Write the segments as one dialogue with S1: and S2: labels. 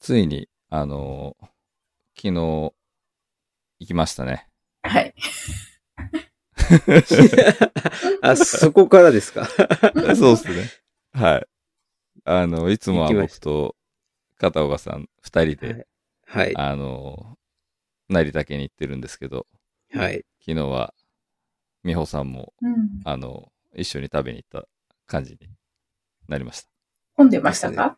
S1: ついに、あのー昨日、行きました ね。
S2: はい。
S3: あ、そこからです か。
S1: そうっすね。はい。あの、いつもは
S3: 行きま
S1: 僕
S3: し
S1: と片岡さん二人で、
S3: はい。
S1: あのー成田家に行ってるんですけど、
S3: はい。
S1: 昨日は、美穂さんも、
S2: うん。
S1: あの一緒に食べに行った感じになりました。
S2: 混んでましたか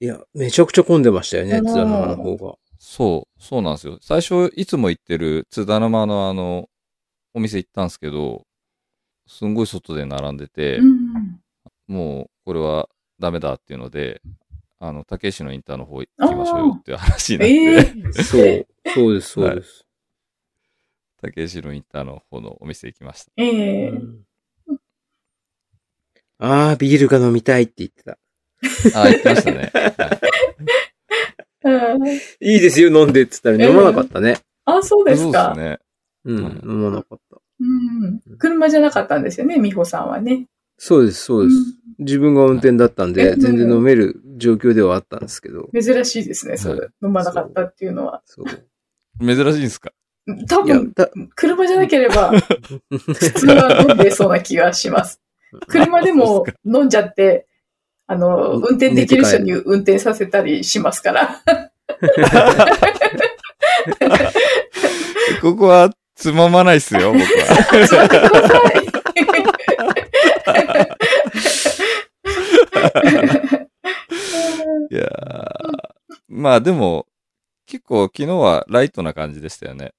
S3: いや、めちゃくちゃ混んでましたよね、
S2: うん
S3: 津田沼の方が。
S1: そう、そうなんですよ。最初、いつも行ってる津田沼のあの、お店行ったんですけど、すんごい外で並んでて、
S2: うん。
S1: もうこれはダメだっていうので、あの、竹石のインターの方行きましょうよっていう話になって、
S2: え え
S3: そう。 そうです、そうです。
S1: 竹石のインターの方のお店行きました。
S2: ええ
S3: うんあー、ビールが飲みたいって言ってた。
S1: あ、行ってましたね。はい
S2: うん
S3: いいですよ、飲んでって言ったら飲まなかったね。
S2: あ、そうです
S1: そうで
S2: か。
S1: すね。
S3: うん
S1: うん、
S3: 飲まなかった。
S2: うん。車じゃなかったんですよね、美穂さんはね。
S3: そうです、そうです。自分が運転だったん
S2: は
S3: で、
S2: い
S3: 全然飲める状況ではあったんですけど。
S2: うん珍しいですね、それ。飲まなかったっていうのは。
S3: そう。
S1: 珍しいんですか
S2: 多
S3: いや、
S2: 分、
S3: だ、
S2: 車じゃなければ、普通は飲んでそうな気がします。車でも飲んじゃって、あの、運転できる人に運転させたりしますから。
S1: ここはつままないっすよ、僕は。
S2: 座ってください
S1: いやーまあでも、結構昨日はライトな感じでしたよね。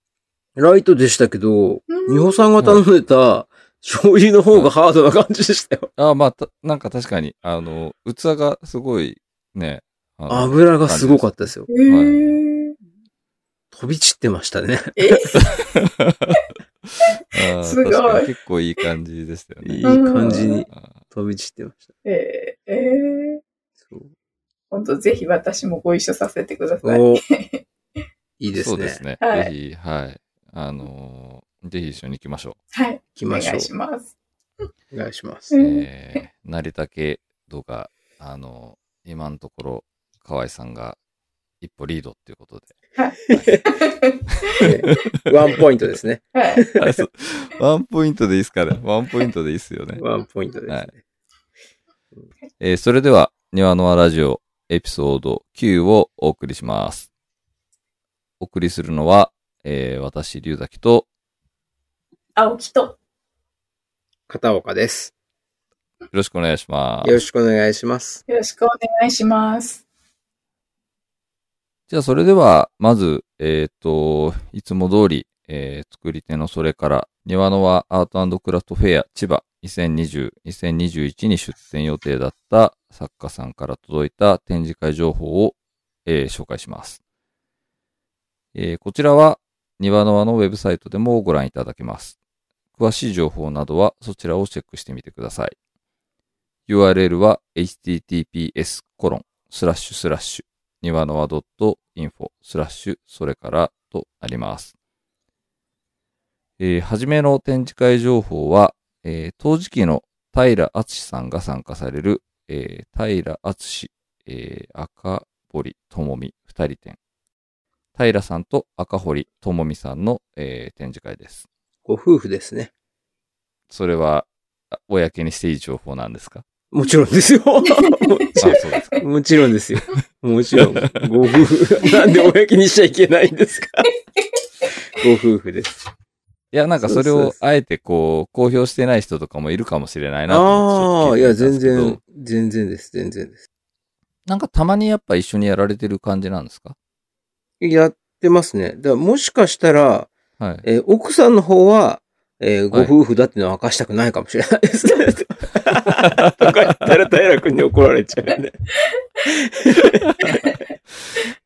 S3: ライトでしたけど、
S2: うん
S3: 美穂さんが頼んでた醤油の方がハードな感じでしたよ。
S1: ああ、まあた、なんか確かに、あの、器がすごいね、あの
S3: 油がすごかったですよ。
S2: えー
S3: 飛び散ってましたね。
S2: え
S1: あー
S2: すごい
S1: 確かに結構いい感じでしたよね。
S3: いい感じに
S1: あー
S3: 飛び散ってました。
S2: えーえ
S3: そう
S2: 本当ぜひ私もご一緒させてください。
S3: おーいいです
S1: そ
S3: ね。
S1: うですね。
S2: はい
S1: ぜひ、はい。あのーぜひ一緒に行きましょ
S2: はい。
S3: 行き
S2: お願
S3: ま
S2: い
S3: しょう。
S2: します。
S3: お願いします
S1: う。
S2: う。ん
S1: えー、成田家とか、あのー今のところ、河合さんが一歩リードっていうことで。
S3: ワンポイントですね。
S2: はい。
S1: あそう ワンポイントでいいですかね。ワンポイントでいいっすよね。
S3: ワンポイントですね。
S1: はいえーそれでは、庭の輪ラジオエピソード9をお送りします。お送りするのは、えー私、龍崎と、
S2: 青木と。
S3: 片岡です。
S1: よろしくお願いしま
S3: よろ
S1: す。
S3: しくお願いします。
S2: よろしくお願いします。
S1: じゃあ、それでは、まず、えっ、と、いつも通り、えー作り手のそれから、庭の輪アートクラフトフェア千葉2020、2021に出展予定だった作家さんから届いた展示会情報を、えー紹介します。えーこちらは、庭の輪のウェブサイトでもご覧いただけます。詳しい情報などはそちらをチェックしてみてください。URL は https コロンスラッシュスラッシュ庭の輪 .info スラッシュそれからとなります。えー、はじめの展示会情報は、えー、陶磁器の平敦さんが参加される、えー、平敦、えー、赤堀智美二人展。平さんと赤堀智美さんの、えー展示会です。
S3: ご夫婦ですね。
S1: それは、あ公にしていい情報なんですか
S3: もちろんですよ。
S1: あ、そうですか。
S3: もちろんですよ。もちろん。ご夫婦。なんで公にしちゃいけないんですかご夫婦です。
S1: いや、なんかそれ
S3: そうそう
S1: を
S3: そ
S1: あえてこう、公表してない人とかもいるかもしれないなと
S3: あ
S1: 思
S3: あ
S1: っ
S3: ー、
S1: て
S3: い
S1: ちょ
S3: や、
S1: っと聞てみたん
S3: 全
S1: ですけど
S3: 然、全然です、全然です。
S1: なんかたまにやっぱ一緒にやられてる感じなんですか
S3: やってますね。だからもしかしたら、
S1: はい。
S3: えー奥さんの方は、えーご
S1: はい
S3: 夫婦だってのは明かしたくないかもしれないですね。とか言ったら平君に怒られちゃうね。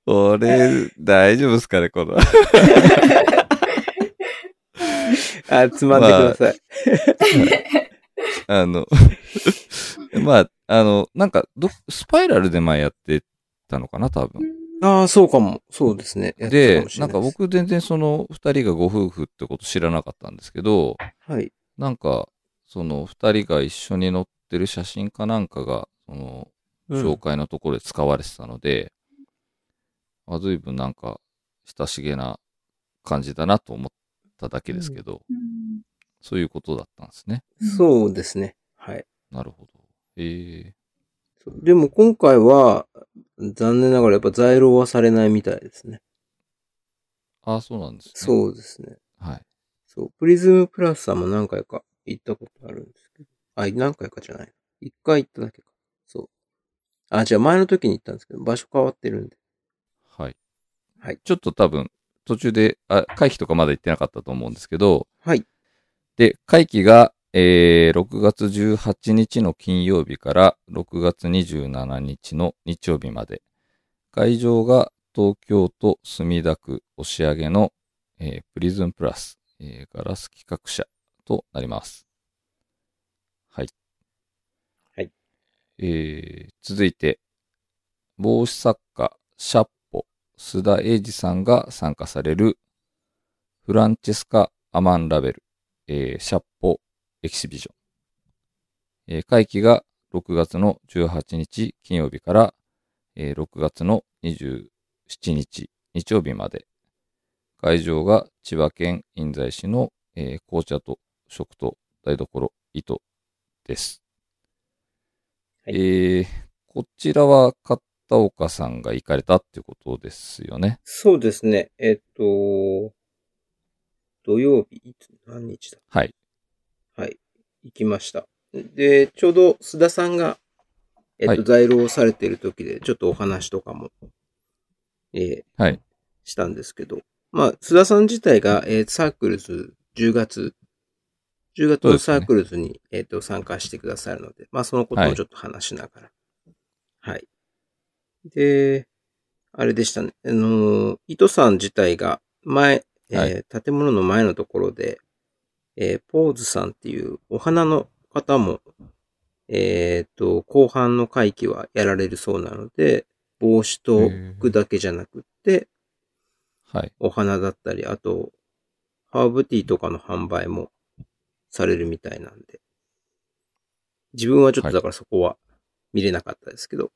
S1: これ、大丈夫ですかね、この。
S3: あ、つまんでください。
S1: あの、 まあ、あの、なんかど、スパイラルで前やってたのかな、多分。
S3: ああ、そうかも。そうですね。やってた
S1: で
S3: も、しれ
S1: なん
S3: い
S1: か
S3: です、
S1: 僕全然その二人がご夫婦ってこと知らなかったんですけど、
S3: はい。
S1: なんか、その二人が一緒に乗ってる写真かなんかが、その、
S3: うん
S1: 紹介のところで使われてたので、あ随分なんか親しげな感じだなと思っただけですけど、
S2: うん
S1: そういうことだったんですね。
S3: そうですね。はい。
S1: なるほど。え
S3: でも今回は、残念ながらやっぱ在労はされないみたいですね。
S1: ー、ああ、そうなんですね。う。
S3: そうですね。
S1: はい。
S3: そう。プリズムプラスさんも何回か行ったことあるんですけど。あ、何回かじゃない。一回行っただけか。そう。あ、じゃあ前の時に行ったんですけど、場所変わってるんで。
S1: はい。
S3: はい
S1: ちょっと多分、途中で、あ、会期とかまだ行ってなかったと思うんですけど、
S3: はい。
S1: で、会期が、えー、6月18日の金曜日から6月27日の日曜日まで。会場が東京都墨田区押上の、えープリズンプラス、えーガラス企画者となります。はい。
S3: はい。
S1: えー、続いて、帽子作家、シャッポ、須田英二さんが参加される、フランチェスカ・アマンラベル、えーシャッポエキシビジョン。えー会期が6月の18日金曜日から、えー6月の27日日曜日まで。会場が千葉県印西市の、えー紅茶と食と台所糸です。
S3: はい
S1: えーこちらは片岡さんが行かれたってことですよね。
S3: そうですね。えっと、土曜日、いつ、何日だ
S1: はい。
S3: はい。行きました。で、ちょうど須田さんが、えっと、
S1: はい
S3: 在労をされている時で、ちょっとお話とかも、えー
S1: はい
S3: したんですけど、まあ、須田さん自体が、えーサークルズ10月、10月
S1: そう
S3: の
S1: です
S3: サ
S1: ね
S3: ークルズに、えっと、参加してくださるので、まあ、そのこと
S1: は
S3: を
S1: い
S3: ちょっと話しながら。はい。で、あれでしたね。あのー、糸さん自体が、前、えー建物の前のところで、えーポーズさんっていうお花の方も、えっ、と、後半の会期はやられるそうなので、帽子と服だけじゃなくって、
S1: はい。
S3: お花だったり、あと、ハーブティーとかの販売もされるみたいなんで。自分はちょっとだからそこは見れなかったですけど、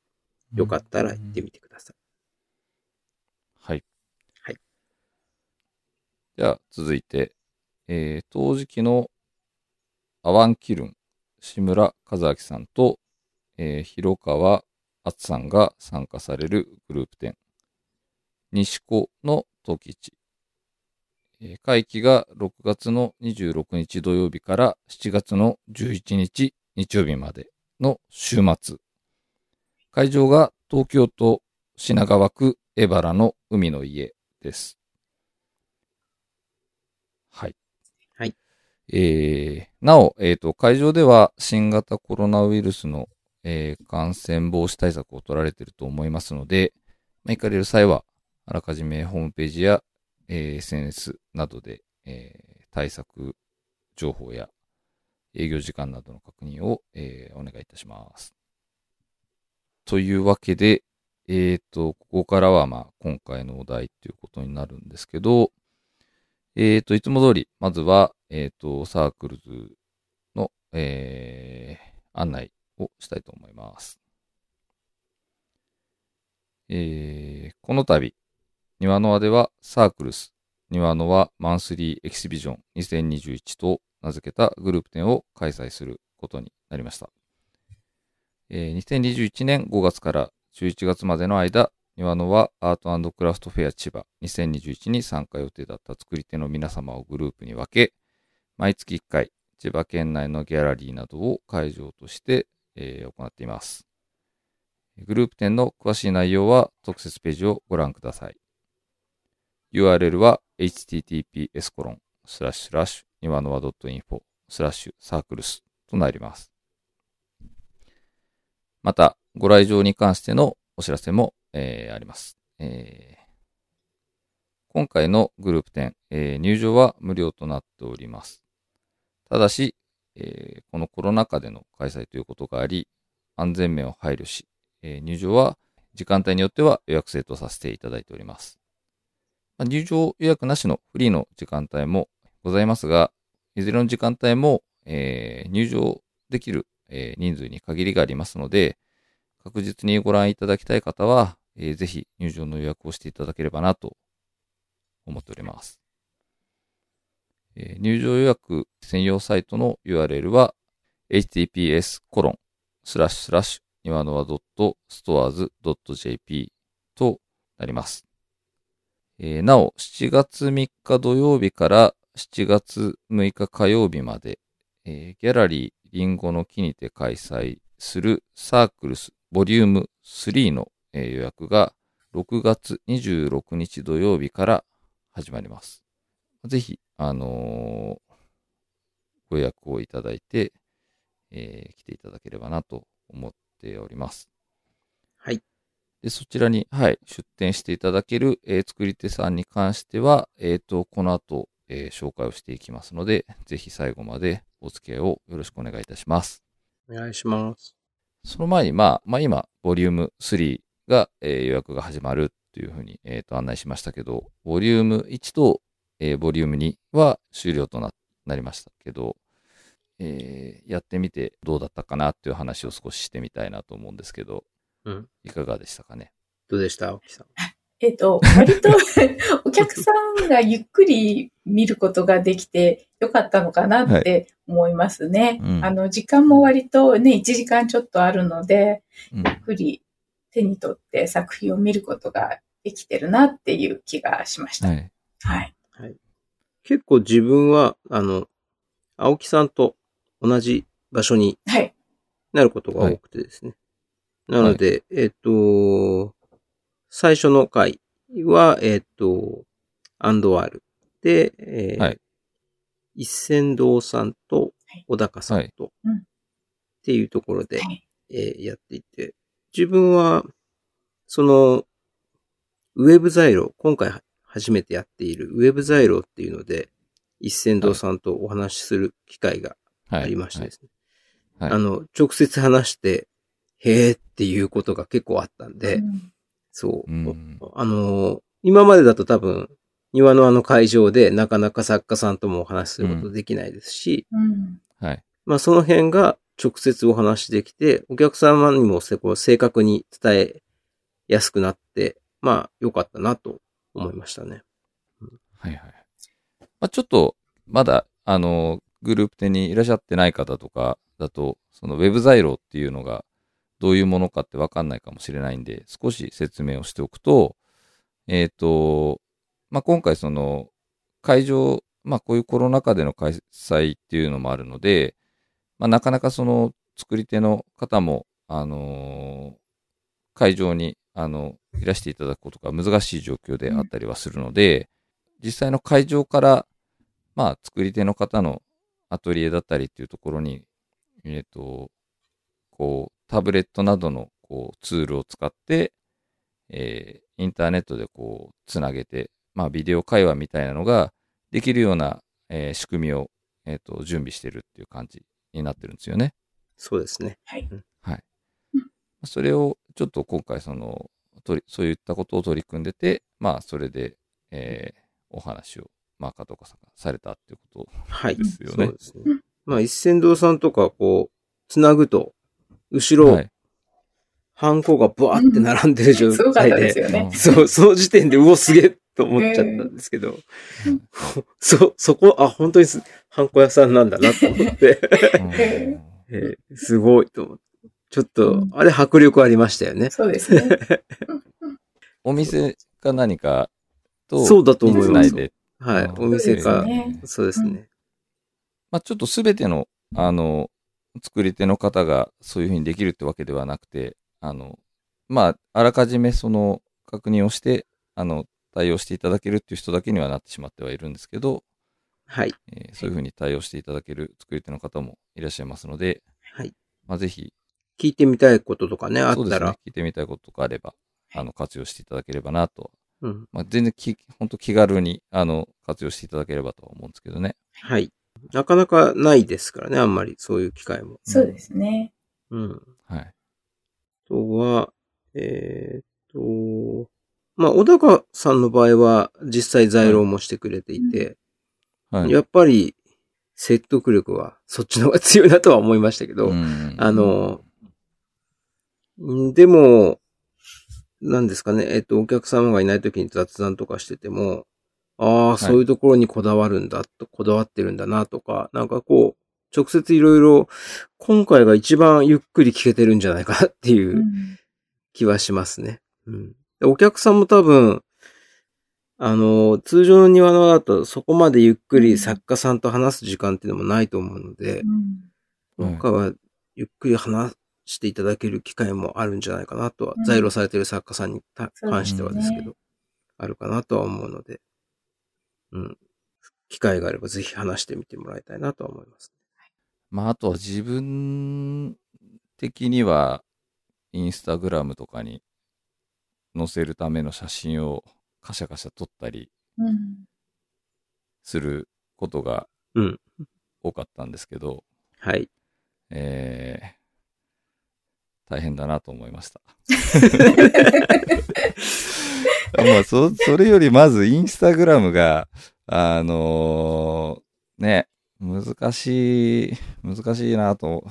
S3: よかったら行ってみてください。
S1: はい。
S3: はい。
S1: じゃあ、続いて、えー、陶磁器のアワンキルン、志村和明さんと、えー広川敦さんが参加されるグループ展、西湖の陶器市。えー会期が6月の26日土曜日から7月の11日日曜日までの週末。会場が東京都品川区江原の海の家です。はい。
S3: はい。
S1: えー、なお、えっ、と、会場では新型コロナウイルスの、えー感染防止対策を取られていると思いますので、まあ、行かれる際は、あらかじめホームページや、えー SNS などで、えー対策情報や営業時間などの確認を、えーお願いいたします。というわけで、えっ、と、ここからは、まあ、今回のお題ということになるんですけど、えっ、と、いつも通り、まずは、えっ、と、サークルズの、えー、案内をしたいと思います。えー、この度、ニワノワではサークルス、ニワノワマンスリーエキシビジョン2021と名付けたグループ展を開催することになりました。えー2021年5月から11月までの間、庭野はアートクラフトフェア千葉2021に参加予定だった作り手の皆様をグループに分け、毎月1回、千葉県内のギャラリーなどを会場として、えー行っています。グループ展の詳しい内容は特設ページをご覧ください。URL は https コロンスラッシュスラッシュ庭の .info スラッシュサークルスとなります。また、ご来場に関してのお知らせも、えーあります。えー今回のグループ展、えー入場は無料となっております。ただし、えーこのコロナ禍での開催ということがあり、安全面を配慮し、えー入場は時間帯によっては予約制とさせていただいております。まあ入場予約なしのフリーの時間帯もございますが、いずれの時間帯も、えー入場できる、えー人数に限りがありますので、確実にご覧いただきたい方は、えーぜひ入場の予約をしていただければなと思っております。えー入場予約専用サイトの URL は https コロンスラッシュスラッシュにわのわ .stores.jp となります。えーなお、7月3日土曜日から7月6日火曜日まで、えーギャラリーリンゴの木にて開催するサークルスボリューム3の、えー予約が6月26日土曜日から始まります。ぜひ、あのーご予約をいただいて、えー来ていただければなと思っております。
S3: はい。
S1: で、そちらに、はい、出店していただける、えー作り手さんに関しては、えっ、と、この後、えー紹介をしていきますので、ぜひ最後までお付き合いをよろしくお願いいたします。
S3: お願いします。
S1: その前に、まあ、まあ今、ボリューム3が、えー予約が始まるというふうに、えーと案内しましたけど、ボリューム1と、えーボリューム2は終了とななりましたけど、えーやってみてどうだったかなっていう話を少ししてみたいなと思うんですけど、
S3: うん
S1: いかがでしたかね。
S3: どうでした青木さん。
S2: えっ、と、割と お客さんがゆっくり見ることができてよかったのかなって思いますね。
S1: うん
S2: あの、時間も割とね、1時間ちょっとあるので、
S1: うん
S2: ゆっくり手に取って作品を見ることができてるなっていう気がしました。
S1: は
S2: はい。
S1: い。
S3: 結構自分は、あの、青木さんと同じ場所に
S2: はい。
S3: なることが多くてですね。なので、えっ、と、最初の回は、えっ、と、アンドワールで、えー
S1: はい
S3: 一仙堂さんと小高さんと、
S2: うん
S3: っていうところで、
S2: はい
S3: えーやっていて、自分は、その、ウェブザイロ、今回は初めてやっているウェブザイロっていうので、一仙堂さんとお話しする機会が
S1: はい。
S3: ありましてですね。
S1: はい
S3: あの、直接話して、へーっていうことが結構あったんで、
S2: うん
S3: そう、
S1: うん
S3: あの、今までだと多分、庭のあの会場でなかなか作家さんともお話しすることできないですし、
S2: うん。
S1: はい。
S3: まあその辺が直接お話しできて、お客様にもせこう正確に伝えやすくなって、まあ良かったなと思いましたね。
S1: はいはい。まあ、ちょっと、まだ、あの、グループ展にいらっしゃってない方とかだと、そのウェブザイロっていうのがどういうものかってわかんないかもしれないんで、少し説明をしておくと、えっ、と、まあ、今回その、会場、まあ、こういうコロナ禍での開催っていうのもあるので、まあ、なかなかその作り手の方も、あのー会場に、あの、いらしていただくことが難しい状況であったりはするので、実際の会場から、まあ、作り手の方のアトリエだったりっていうところに、えっ、と、こう、タブレットなどのこうツールを使って、えーインターネットでこう、つなげて、まあ、ビデオ会話みたいなのができるような、えー仕組みを、えっ、と、準備してるっていう感じになってるんですよね。
S3: そうですね。
S1: それをちょっと今回その取りそういったことを取り組んでてまあそれで、えーお話をまあ加岡さんがされたっていうこ
S3: はい。
S1: とですよね
S3: そう。ですね。まあ一仙堂さんとかこう、つなぐと、後ろ、
S1: はい
S3: ハンコがブワーって並んでる状
S2: すごかっ
S3: 態
S2: た
S3: で
S2: です、よね。
S3: そう、その時点で、うお、すげえと思っちゃったんですけど、 そ、そこ、あ、本当にす、ハンコ屋さんなんだなと思って、
S1: うん
S3: えーすごいと思って。ちょっと、
S2: うん
S3: あれ迫力ありましたよね。
S2: そうですね。
S1: お店か何かと
S3: そうだと思い
S1: つ
S3: ま
S1: ない
S3: す。
S1: で、
S3: は
S1: あ、
S3: い
S1: ー
S3: お店
S2: そう
S3: か
S2: です。ね
S3: そうですね。
S1: まあ、ちょっとすべてのあの作り手の方がそういうふうにできるってわけではなくてあのまああらかじめその確認をしてあの対応していただけるっていう人だけにはなってしまってはいるんですけど、
S3: はい。
S1: えーそういうふうに対応していただける作り手の方もいらっしゃいますので、
S3: はい。
S1: まあ、ぜひ、
S3: 聞いてみたいこととかね、あ
S1: そう
S3: っ
S1: で
S3: た
S1: すね
S3: ら。、
S1: 聞いてみたいことがあれば、あの、活用していただければなと。
S3: うん。
S1: まあ、全然き、本当気軽に、あの、活用していただければとは思うんですけどね。
S3: はい。なかなかないですからね、あんまりそういう機会も。
S2: そうですね。
S3: うん。
S1: はい。
S3: あとは、えーっと、まあ、小高さんの場合は実際在労もしてくれていて、
S1: はい。
S3: やっぱり説得力はそっちの方が強いなとは思いましたけど、
S1: うん
S3: あの、んでも、なんですかね、えっと、お客様がいない時に雑談とかしてても、ああ、そういうところにこだわるんだ、と、こだわってるんだな、とか、なんかこう、直接いろいろ、今回が一番ゆっくり聞けてるんじゃないかなっていううん気はしますね。うん。でお客さんも多分、あの、通常の庭のだとそこまでゆっくり作家さんと話す時間っていうのもないと思うので、
S1: うん
S3: 今回はゆっくり話していただける機会もあるんじゃないかなとは
S2: う、ん
S3: 在路されてる作家さんに
S2: そ
S3: た
S2: うですね
S3: 関してはですけど、あるかなとは思うので、うん。機会があればぜひ話してみてもらいたいなとは思います。
S1: まあ、あとは自分的には、インスタグラムとかに載せるための写真をカシャカシャ撮ったり
S2: うん
S1: することが
S3: うん
S1: 多かったんですけど、
S3: はい。
S1: えー大変だなと思いま した。まあ、そ、それよりまずインスタグラムが、あのーね、難しい、難しいなと、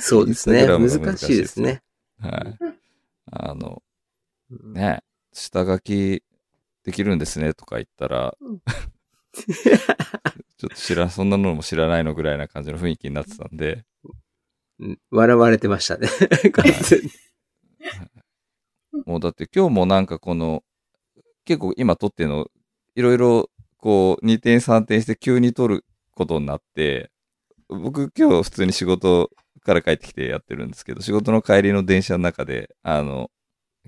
S3: そうです
S1: イン
S3: ね。
S1: スタグラムが
S3: 難
S1: 難
S3: し
S1: し
S3: い
S1: い
S3: で
S1: ですす
S3: ね
S1: ね。はい。あの、
S3: うん
S1: ね、下書きできるんですねとか言ったら、 ちょっと知ら、そんなのも知らないのぐらいな感じの雰囲気になってたんで、
S3: うん笑われてましたね。完全に
S1: もうだって今日もなんかこの、結構今撮ってるの、いろいろこう2点3点して急に撮ることになって、僕今日普通に仕事から帰ってきてやってるんですけど、仕事の帰りの電車の中で、あの、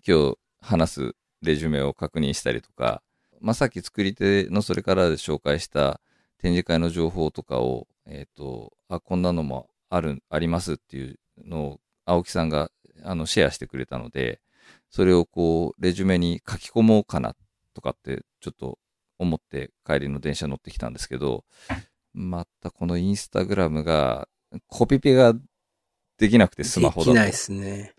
S1: 今日話すレジュメを確認したりとか、まあ、さっき作り手のそれからで紹介した展示会の情報とかを、えっ、と、あ、こんなのもある、ありますっていうのを青木さんがあのシェアしてくれたので、それをこう、レジュメに書き込もうかなとかって、ちょっと思って帰りの電車乗ってきたんですけど、またこのインスタグラムが、コピペができなくてスマホだと。
S3: できないですね。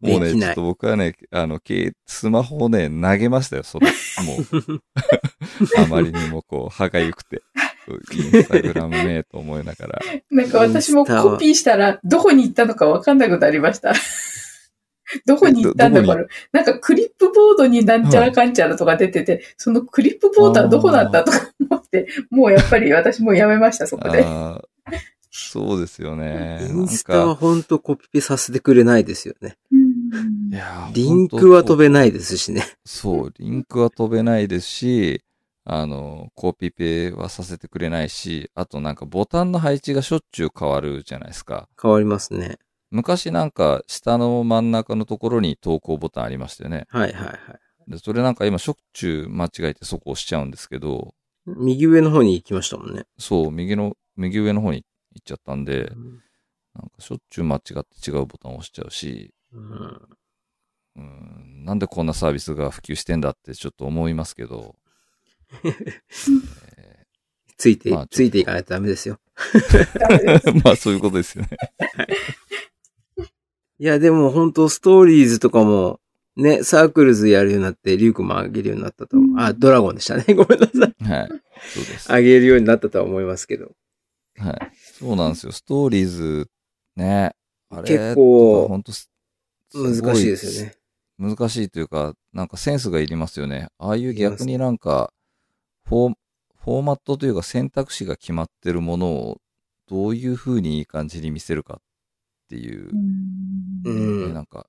S1: もう
S3: で
S1: ね、
S3: き
S1: ち
S3: ない
S1: ょっと僕はね、あの、けスマホをね、投げましたよ、その、もう、 あまりにもこう、歯がゆくて、インスタグラムね、と思いながら、
S2: なんか私もコピーしたら、どこに行ったのかわかんなくなりました。どこに行ったんだ
S1: どど
S2: こ
S1: こ
S2: れ。なんかクリップボードになんちゃらかんちゃらとか出てて、そのクリップボードはどこだったとか思って、もうやっぱり私もやめました、そこで。
S1: あーそうですよね。
S3: イ
S1: なん
S3: ンスタ
S1: か、
S3: はほんとコピペさせてくれないですよね。
S1: いやー
S3: リンクは飛べないですしね。
S1: そう、リンクは飛べないですし、あの、コピペはさせてくれないし、あとなんかボタンの配置がしょっちゅう変わるじゃないですか。
S3: 変わりますね。
S1: 昔なんか下の真ん中のところに投稿ボタンありましたよね。
S3: はいはいはい。
S1: で、それなんか今しょっちゅう間違えてそこ押しちゃうんですけど、
S3: 右上の方に行きましたもんね。
S1: そう、右の、右上の方に行っちゃったんで、なんかしょっちゅう間違って違うボタンを押しちゃうし、
S3: うん
S1: うん、なんでこんなサービスが普及してんだってちょっと思いますけ ど、
S3: ついて、
S1: まあちょっと
S3: ついていかないとダメですよ。
S2: ダメです
S1: まあそういうことですよね。
S3: いや、でも本当ストーリーズとかも、ね、サークルズやるようになって、リュウ君もあげるようになったと思う。あ、ドラゴンでしたね。 ごめんなさい。
S1: はい。そうです。
S3: あげるようになったとは思いますけど。
S1: はい。そうなんですよ。ストーリーズ、ね。あれ
S3: 結構
S1: 本当す
S3: 難
S1: ご
S3: しいですよね。
S1: 難しいというか、なんかセンスがいりますよね。ああいう
S3: いります
S1: 逆になんか、フォーフォーマットというか選択肢が決まってるものをどういう風にいい感じに見せるかっていう
S2: う、ん
S3: う。
S1: ねなんんか、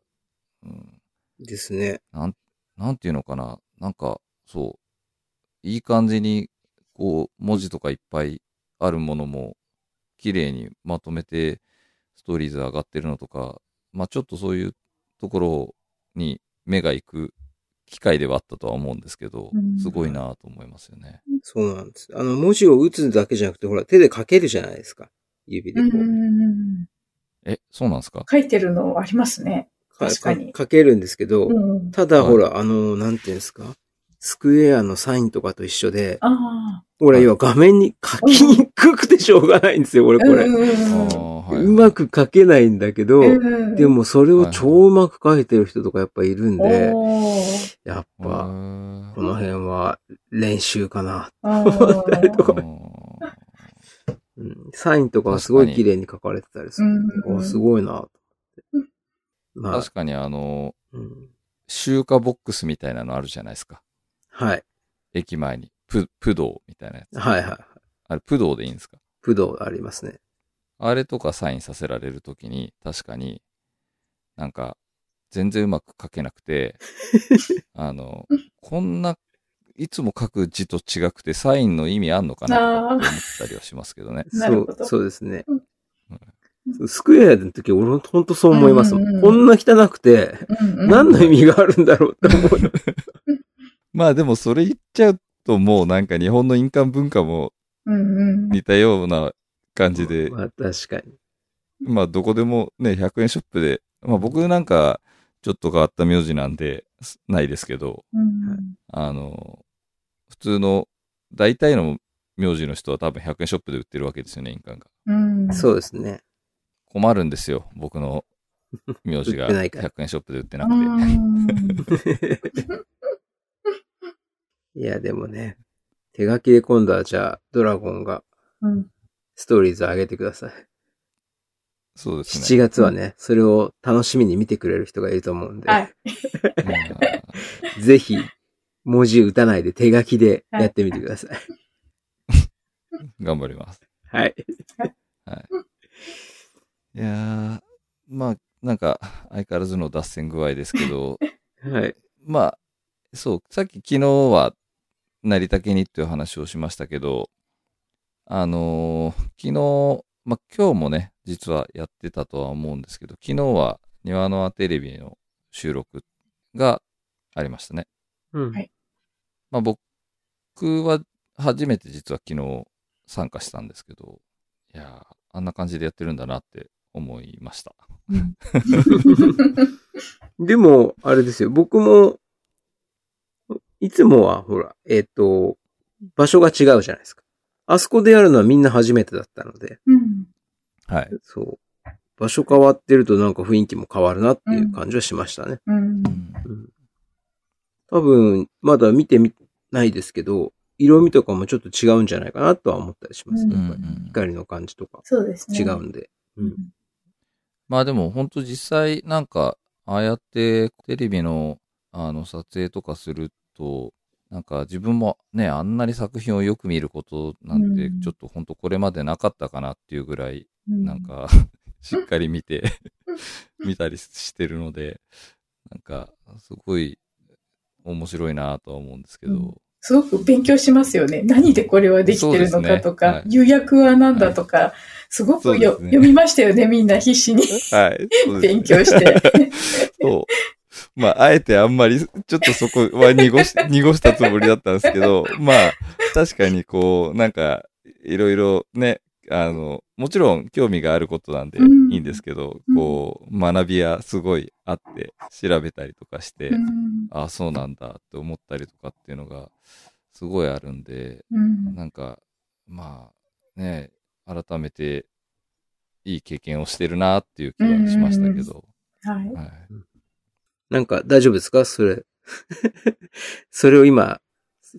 S1: うん、
S3: ですね。
S1: なん、なんていうのかな。なんか、そう、いい感じに、こう、文字とかいっぱいあるものも、綺麗にまとめて、ストーリーズ上がってるのとか、まあちょっとそういうところに目が行く機会ではあったとは思うんですけど
S2: うん、
S1: すごいなと思いますよね。
S3: そうなんです。あの、文字を打つだけじゃなくて、ほら、手で書けるじゃないですか。指で
S2: う
S3: こ
S2: ん
S3: う。
S1: え、そうなんですか
S2: 書いてるのありますね。
S3: か
S2: 確かに
S3: か書けるんですけど、
S2: うん、
S3: ただ
S1: はい
S3: ほら、あの、なんていうんですか。スクエアのサインとかと一緒で、
S2: ああ。
S3: ほら、
S1: はい
S3: 要は画面に書きにくくてしょうがないんですよ、俺これ。
S2: うんうん
S1: あ
S2: うん
S1: ーはいう
S3: まく書けないんだけど、
S2: うん
S3: で、もそれを超うまく書いてる人とかやっぱいるんで、
S2: おー
S3: やっ
S1: うー
S3: ぱ、
S1: ん
S3: この辺は練習かな。
S2: あ
S1: あ
S2: ー
S1: ー
S3: うんサインとかはすごい綺麗に書かれてたりするんで。
S2: うん
S3: あすごいな。まあ
S1: 確、かにあの、
S3: うん、
S1: 集荷ボックスみたいなのあるじゃないですか。
S3: はい。
S1: 駅前に。プ、プドウみたいなやつ。
S3: はいはい。
S1: あれ、プドウでいいんですか
S3: 武道ありますね。。
S1: あれとかサインさせられるときに、確かに、なんか、全然うまく書けなくて、あの、こんな、いつも書く字と違くて、サインの意味あんのかなとかって思ったりはしますけどね
S3: そ
S2: なるほ
S3: う
S2: ど、
S3: そうですね
S2: うんう。
S3: スクエアの時、俺ほんとそう思いますも
S2: うんうん
S3: ん。
S2: うん
S3: こんな汚くて、
S2: うんうん
S3: 何の意味があるんだろうって思う。
S1: まあでもそれ言っちゃうと、もうなんか日本の印鑑文化も
S2: うんうん
S1: 似たような感じで、
S3: まあ確かに。
S1: まあどこでもね、100円ショップで、まあ僕なんか、ちょっと変わった名字なんで、すないですけど、
S2: うん
S1: あの、普通の、大体の名字の人は多分100円ショップで売ってるわけですよね、印鑑が。
S2: うん
S3: そうですね。
S1: 困るんですよ、僕の名字が
S3: 売ってないから
S1: 100円ショップで売ってな
S2: う
S1: くて。
S2: ん
S3: いや、でもね。手書きで今度はじゃあ、ドラゴンが
S2: うん
S3: ストーリーズ上げてください。
S1: そうです
S3: 7
S1: ね。
S3: 月はね、それを楽しみに見てくれる人がいると思うんで、
S2: はい。
S1: うん
S3: ぜひ、文字打たないで手書きでやってみてください。
S1: 頑張ります。
S3: はい。
S1: いやー、まあ、なんか、相変わらずの脱線具合ですけど、
S3: はい。
S1: まあ、そう、さっき昨日は、成田家にっていう話をしましたけど、あのー昨日、まあ今日もね、実はやってたとは思うんですけど、昨日は庭の輪テレビの収録がありましたね。
S3: うん
S2: はい
S1: まあ僕は初めて実は昨日参加したんですけど、いやー、あんな感じでやってるんだなって思いました。
S2: うん
S3: でも、あれですよ、僕も、いつもは、ほら、えっ、と、場所が違うじゃないですか。あそこでやるのはみんな初めてだったので、
S2: うん
S1: はい。
S3: そう。場所変わってるとなんか雰囲気も変わるなっていう感じはしましたね。
S2: うん
S3: 多分、まだ見てみないですけど、色味とかもちょっと違うんじゃないかなとは思ったりします、
S2: うん
S3: やっぱり
S1: うん
S3: 光の感じとか
S2: そうですね。
S3: 違うんで。うん
S1: まあでも本当実際なんかああやってテレビのあの撮影とかするとなんか自分もねあんなに作品をよく見ることなんて
S2: うん
S1: ちょっと本当これまでなかったかなっていうぐらい
S2: うん
S1: なん、 かしっかり見て見たりしてるのでなんかすごい面白いなとは思うんですけど、
S2: うんすごく勉強しますよね。何でこれはできてるのかとか、
S1: そうですね
S2: 釉薬は何だとか、すごくよ、
S1: そうですね
S2: 読みましたよね、みんな必死に
S1: はいそうですね
S2: 勉強して。
S1: そう。まあ、あえてあんまり、ちょっとそこは濁し、 濁したつもりだったんですけど、まあ、確かにこう、なんか、いろいろね、あの、もちろん興味があることなんで
S2: うん
S1: いいんですけど、
S2: うん
S1: こう、学びはすごいあって、調べたりとかして、
S2: うん
S1: ああ、そうなんだって思ったりとかっていうのが、すごいあるんで、
S2: うん
S1: なんか、まあ、ね、改めて、いい経験をしてるなっていう気がしましたけど、
S2: はい
S1: はい。
S3: なんか大丈夫ですかそれ。 それを今、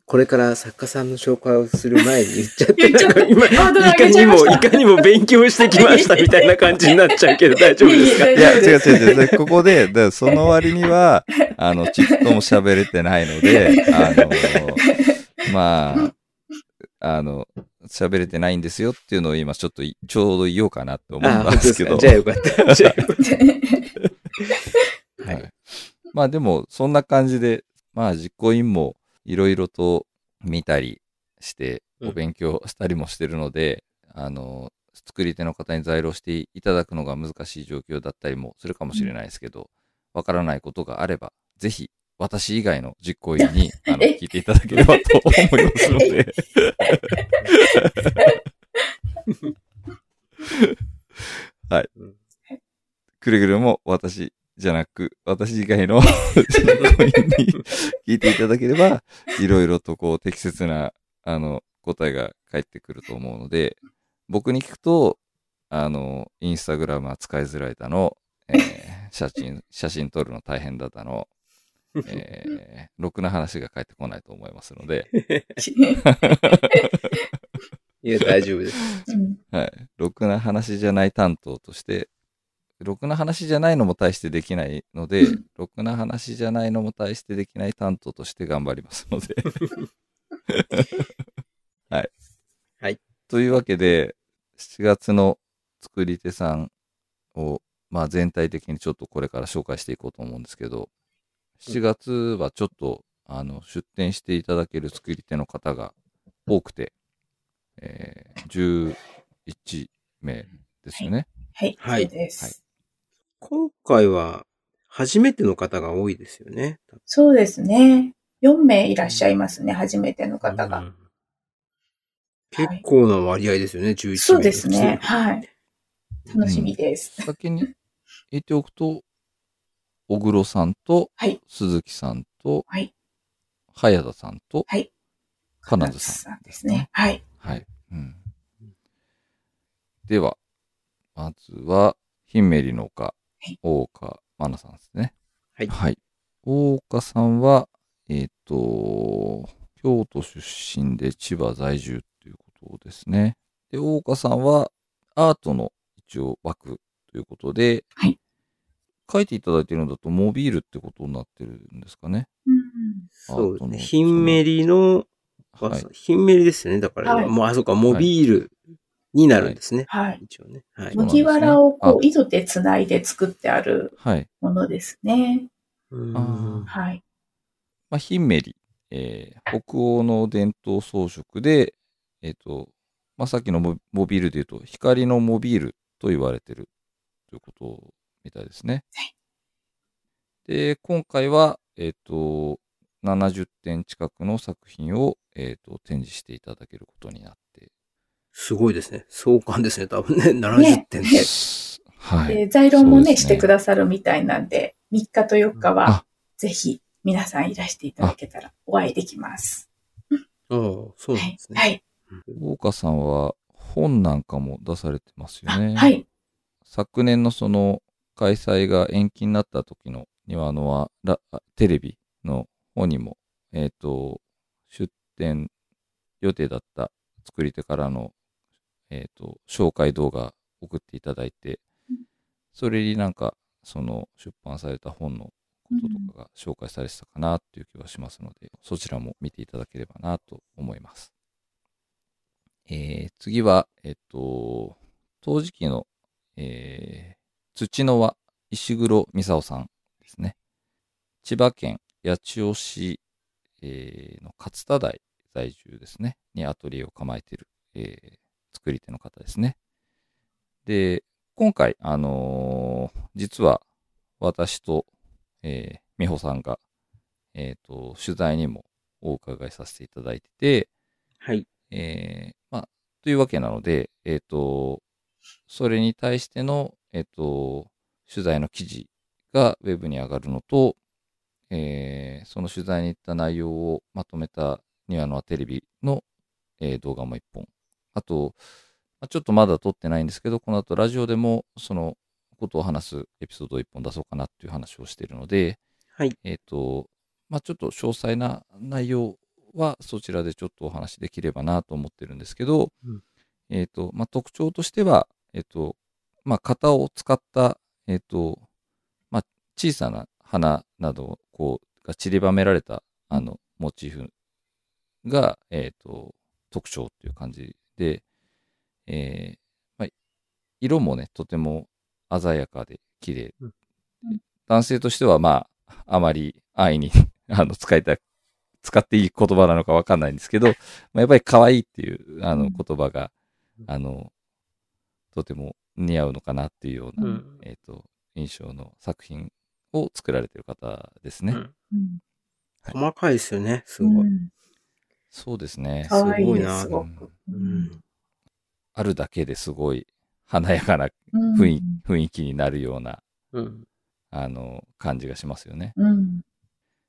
S3: これから作家さんの紹介をする前に言っちゃって、
S2: 言っちゃった
S3: なんか
S2: ハードル上げ
S3: 今、いか
S2: ちゃ
S3: に
S2: いま
S3: も、
S2: した
S3: いかにも勉強してきましたみたいな感じになっちゃうけど大丈夫ですか
S2: いえいえ
S1: いや、
S2: 大
S1: 違
S2: 丈
S1: う違う違うで。ここで、でその割には、あの、ちっとも喋れてないの で、あの、まあ、あの、喋れてないんですよっていうのを今ちょっといちょうど言おうかなと思
S3: あ
S1: ったん
S3: 本当
S1: で
S3: です
S1: け
S3: すか。
S1: ど。
S3: じゃあよかった。じゃあよかっ
S1: は
S3: はい
S1: い、まあでも、そんな感じで、まあ実行委員もいろいろと見たりして、
S3: うん
S1: お勉強したりもしてるので、あの、作り手の方に在労していただくのが難しい状況だったりもするかもしれないですけど、わからないことがあれば、ぜひ、私以外の実行委員に、あの、
S2: え
S1: 聞いていただければと思いますので。はい
S3: うん。
S1: くれぐれも私じゃなく、私以外の実行委員に 聞いていただければ、いろいろとこう適切な、あの、答えが返ってくると思うので、僕に聞くと、あの、インスタグラムは使いづらいだの、えー写真、写真撮るの大変だだの、えー、ろくな話が返ってこないと思いますので、
S3: た。いや、大丈夫です。
S2: うん
S1: はい。ろくな話じゃない担当として、ろくな話じゃないのも対してできないので、ろくな話じゃないのも対してできない担当として頑張りますので。はい。
S3: はい。
S1: というわけで、7月の作り手さんを、まあ全体的にちょっとこれから紹介していこうと思うんですけど、7月はちょっと、あの、出展していただける作り手の方が多くて、えー11名ですよね。
S2: はい。
S3: はい
S2: そうです、
S1: はい
S3: 今回は、初めての方が多いですよね。
S2: そうですね。4名いらっしゃいますね、初めての方が。
S3: うん結構な割合ですよね、11名。
S2: そうですね。。はい。楽しみです。
S1: 先に言っておくと、小黒さんと、
S2: はい
S1: 鈴木さんと、
S2: はい
S1: 早田さんと、
S2: はい
S1: 金津さん。
S2: さんですね。はい。
S1: はい。うん。では、まずは、ヒンメリの丘、
S2: はい
S1: 大岡真奈さんですね。
S3: はい
S1: 大岡さんは、えっ、と、京都出身で千葉在住ということですね。で、大岡さんは、アートの一応枠ということで、
S2: はい
S1: 書いていただいているのだと、モビールってことになってるんですかね。
S3: そう
S1: あ
S3: です
S1: との
S3: ね。ヒンメリの、
S1: はい。
S3: ヒンメリですよね。だから、
S2: はい
S3: もう、あ、そうか、モビールになるんですね。
S2: はい。
S3: 一応ね。はい。
S1: う
S2: 麦わらをこう、糸で繋いで作ってある
S1: はい。
S2: ものですね。
S3: うん
S1: あ
S2: はい。
S1: まあ、ヒンメリ、えー北欧の伝統装飾で、えっ、と、まあ、さっきのモモビールで言うと、光のモビールと言われてるということみたいですね。
S2: はい
S1: で、今回は、えっ、と、70点近くの作品を、えっ、と、展示していただけることになって。
S3: すごいですね。壮観ですね。多分ね、70点で。
S1: はい。
S2: で、在論も
S1: そう
S2: ね、
S1: ですね
S2: してくださるみたいなんで、3日と4日
S1: うん
S2: は
S1: あ、
S2: ぜひ、皆さんいらしていただけたらお会いできます。
S3: ああ、そう
S2: は
S3: なん
S2: い
S3: です。ね。
S2: はい。
S1: 大岡さんは本なんかも出されてますよ
S2: あ
S1: ね。
S2: はい。
S1: 昨年のその開催が延期になった時の庭のはラあテレビの方にも、えっ、と、出展予定だった作り手からの、えっ、と、紹介動画送っていただいて
S2: うん、
S1: それになんか、その出版された本のこととかが紹介されてたかなっていう気はしますので、そちらも見ていただければなと思います。えー次は、えっ、と、陶磁器のえー土の輪、石黒美沙さんですね。千葉県八千代市、えーの勝田台在住ですね、にアトリエを構えている、えー作り手の方ですね。で、今回、あのー実は私と、えー美穂さんが、えっ、と、取材にもお伺いさせていただいてて、
S3: はい。
S1: えーまあ、というわけなので、えっ、と、それに対しての、えっ、と、取材の記事がウェブに上がるのと、えーその取材に行った内容をまとめたニワノアテレビの、えー動画も1本。あと、まあちょっとまだ撮ってないんですけど、この後ラジオでもそのことを話すエピソードを1本出そうかなっていう話をしているので、
S3: はい。
S1: えっ、と、まあ、ちょっと詳細な内容はそちらでちょっとお話しできればなと思ってるんですけど、
S3: うん
S1: えっ、と、まあ、特徴としては、えっ、と、まあ、型を使った、えっ、と、まあ、小さな花などをこう、が散りばめられた、あの、モチーフが、えっ、と、特徴っていう感じで、えーまあ、色もね、とても鮮やかで綺麗男性としてはまあ、あまり安易に あの使いた、使っていい言葉なのかわかんないんですけど、まあ、やっぱり可愛いっていうあ
S2: う
S1: の
S2: ん
S1: 言葉が、あの、とても似合うのかなっていうような、
S3: うん
S1: えっ、と、印象の作品を作られてる方ですね。
S3: うん
S2: うん
S3: 細かいですよね。すご
S2: う
S3: い。
S2: ん
S1: そうですね。
S2: 可愛い
S3: すごい
S2: で
S3: な
S2: す、すごく。
S3: うん。
S1: あるだけですごい華やかな
S2: うん
S1: 雰囲,、雰囲気になるような、
S3: うん。
S1: あの、感じがしますよね。
S2: うん。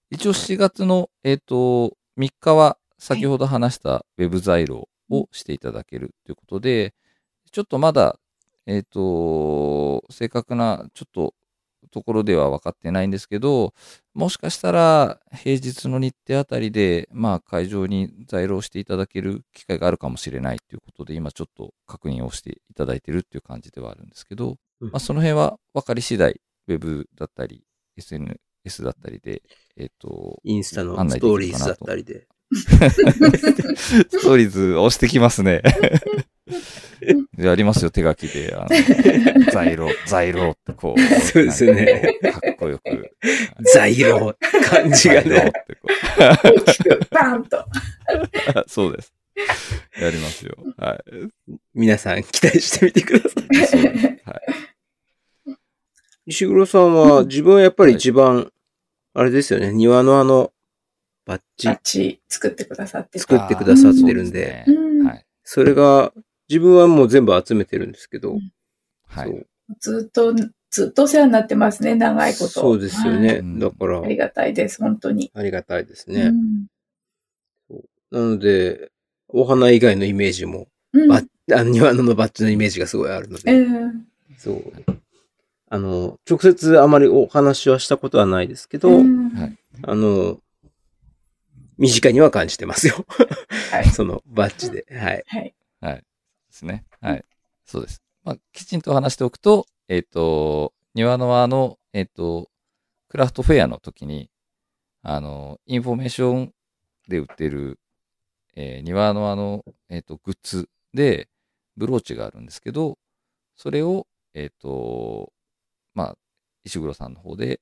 S1: 一応7月の、えっ、と、3日は先ほど話したウェブ材料をしていただけるということで、ちょっとまだ、えっ、と、正確な、ちょっとところでは分かってないんですけど、もしかしたら平日の日程あたりで、まあ会場に在労していただける機会があるかもしれないということで、今ちょっと確認をしていただいてるっていう感じではあるんですけど、
S3: うん
S1: まあその辺は分かり次第、ウェブだったり、SNS だったりで、えっ、と、
S3: インスタの
S1: 案内
S3: ス
S1: できるかなと
S3: トーリーズだったりで。
S1: ストーリーズ押してきます ね。やりますよ、手書きで。あ の、在労、在労ってこう。
S3: そうですよね
S1: なんかこうかっこよく。
S3: 在労、感じ
S1: 在
S3: が
S1: 労っ
S3: ね。
S1: てこう
S2: 大きく、バーンと。
S1: あそう です。やりますよ。はい。
S3: 皆さん期待してみてく ださい。
S1: そうです はい。
S3: 石黒さんは自分はやっぱり一番、あれですよね、庭のあの、バッジ
S2: バ、ッチ作ってくださってる。
S3: 作ってくださってるんで
S1: あーそう
S2: うん
S1: すねはい。
S3: それが、自分はもう全部集めてるんですけど、
S1: は
S3: そ
S1: い。
S3: う
S2: ずっと、ずっとお世話になってますね、長いこと。
S3: そうですよね。
S1: うん
S3: だから
S2: はい。あ、りがたいです、本当に。
S3: ありがたいです
S2: う
S3: ね。
S2: ん
S3: なので、お花以外のイメージも、
S2: うん。
S3: バッあの庭のバッジのイメージがすごいあるの
S2: え
S3: で、
S2: ー
S3: そう。あの、直接あまりお話はしたことはないですけど、
S2: うん
S1: はい
S3: あの、身近には感じてますよ。
S2: はい
S3: そのバッジで。はい。
S2: はい。
S1: はい。ですね。はい。そうです。まあ、きちんと話しておくと、えっ、と、庭の輪の、えっ、と、クラフトフェアの時に、あの、インフォメーションで売ってる、えー庭の輪の、えっ、と、グッズで、ブローチがあるんですけど、それを、えっ、と、まあ、石黒さんの方で、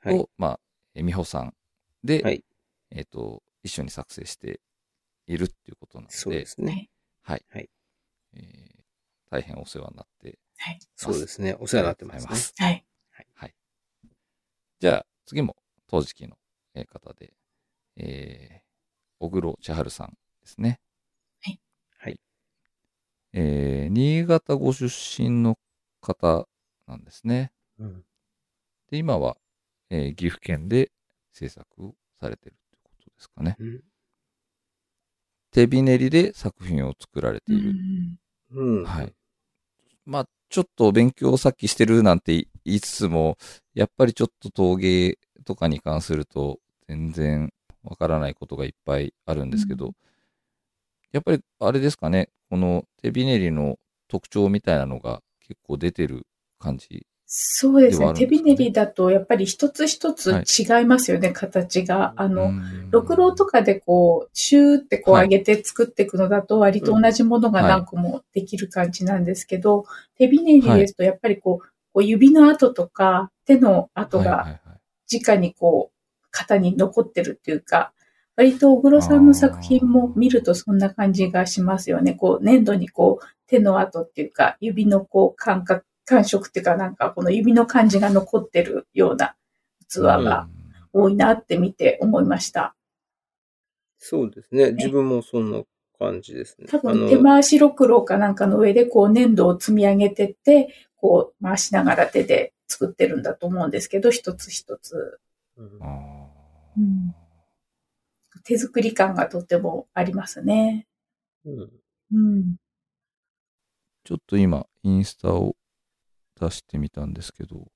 S3: はい
S1: と、まあ、え美穂さんで、
S3: はい
S1: えっ、と、一緒に作成しているっていうことなの
S3: そうですね。
S1: はい。
S3: はい
S1: えー大変お世話になって
S2: はい。
S3: そうですね。お世話になってます、
S1: ありがとうございます
S2: はい。
S1: じゃあ、次も、陶磁器のえー方で、えー、小黒千春さんですね。
S2: はい。
S3: はい。
S1: えー、新潟ご出身の方なんですね。
S3: うん
S1: で、今は、えー岐阜県で制作をされてるということですかね。
S3: うん
S1: 手びねりで作品を作られて
S2: う
S1: いる
S2: ん
S3: うん。
S1: はい。まあ、ちょっと勉強をさっきしてるなんて言いつつも、やっぱりちょっと陶芸とかに関すると、全然わからないことがいっぱいあるんですけど、
S2: うん
S1: やっぱりあれですかね、この手びねりの特徴みたいなのが結構出てる感じ。
S2: そうです
S1: では
S2: ね。
S1: あるんで
S2: 手
S1: すね
S2: びねりだと、やっぱり一つ一つ違いますよね、形が。あの、六郎と
S1: か
S2: かでこう、シューってこう
S1: はい
S2: 上げて作っていくのだと割と同じものが何個もできる感じなんですけど、手びねりですとやっぱりこう、こう指の跡とか手の跡が直にこう、型に残ってるっていうか、割と小黒さんの作品も見るとそんな感じがしますよね。こう、粘土にこう、手の跡っていうか、指のこう、感覚、感触っていうかなんかこの指の感じが残ってるような器が多いなって見て思いました。
S3: そうですね。自分もそんな感じですね。
S2: 多
S3: あ
S2: 分
S3: の
S2: 手回しろくろかなんかの上でこう粘土を積み上げてって、こう回しながら手で作ってるんだと思うんですけど、一つ一つ。
S3: うん
S2: うん手作り感がとてもありますね。
S3: うん
S2: うん。
S1: ちょっと今、インスタを出してみたんですけど、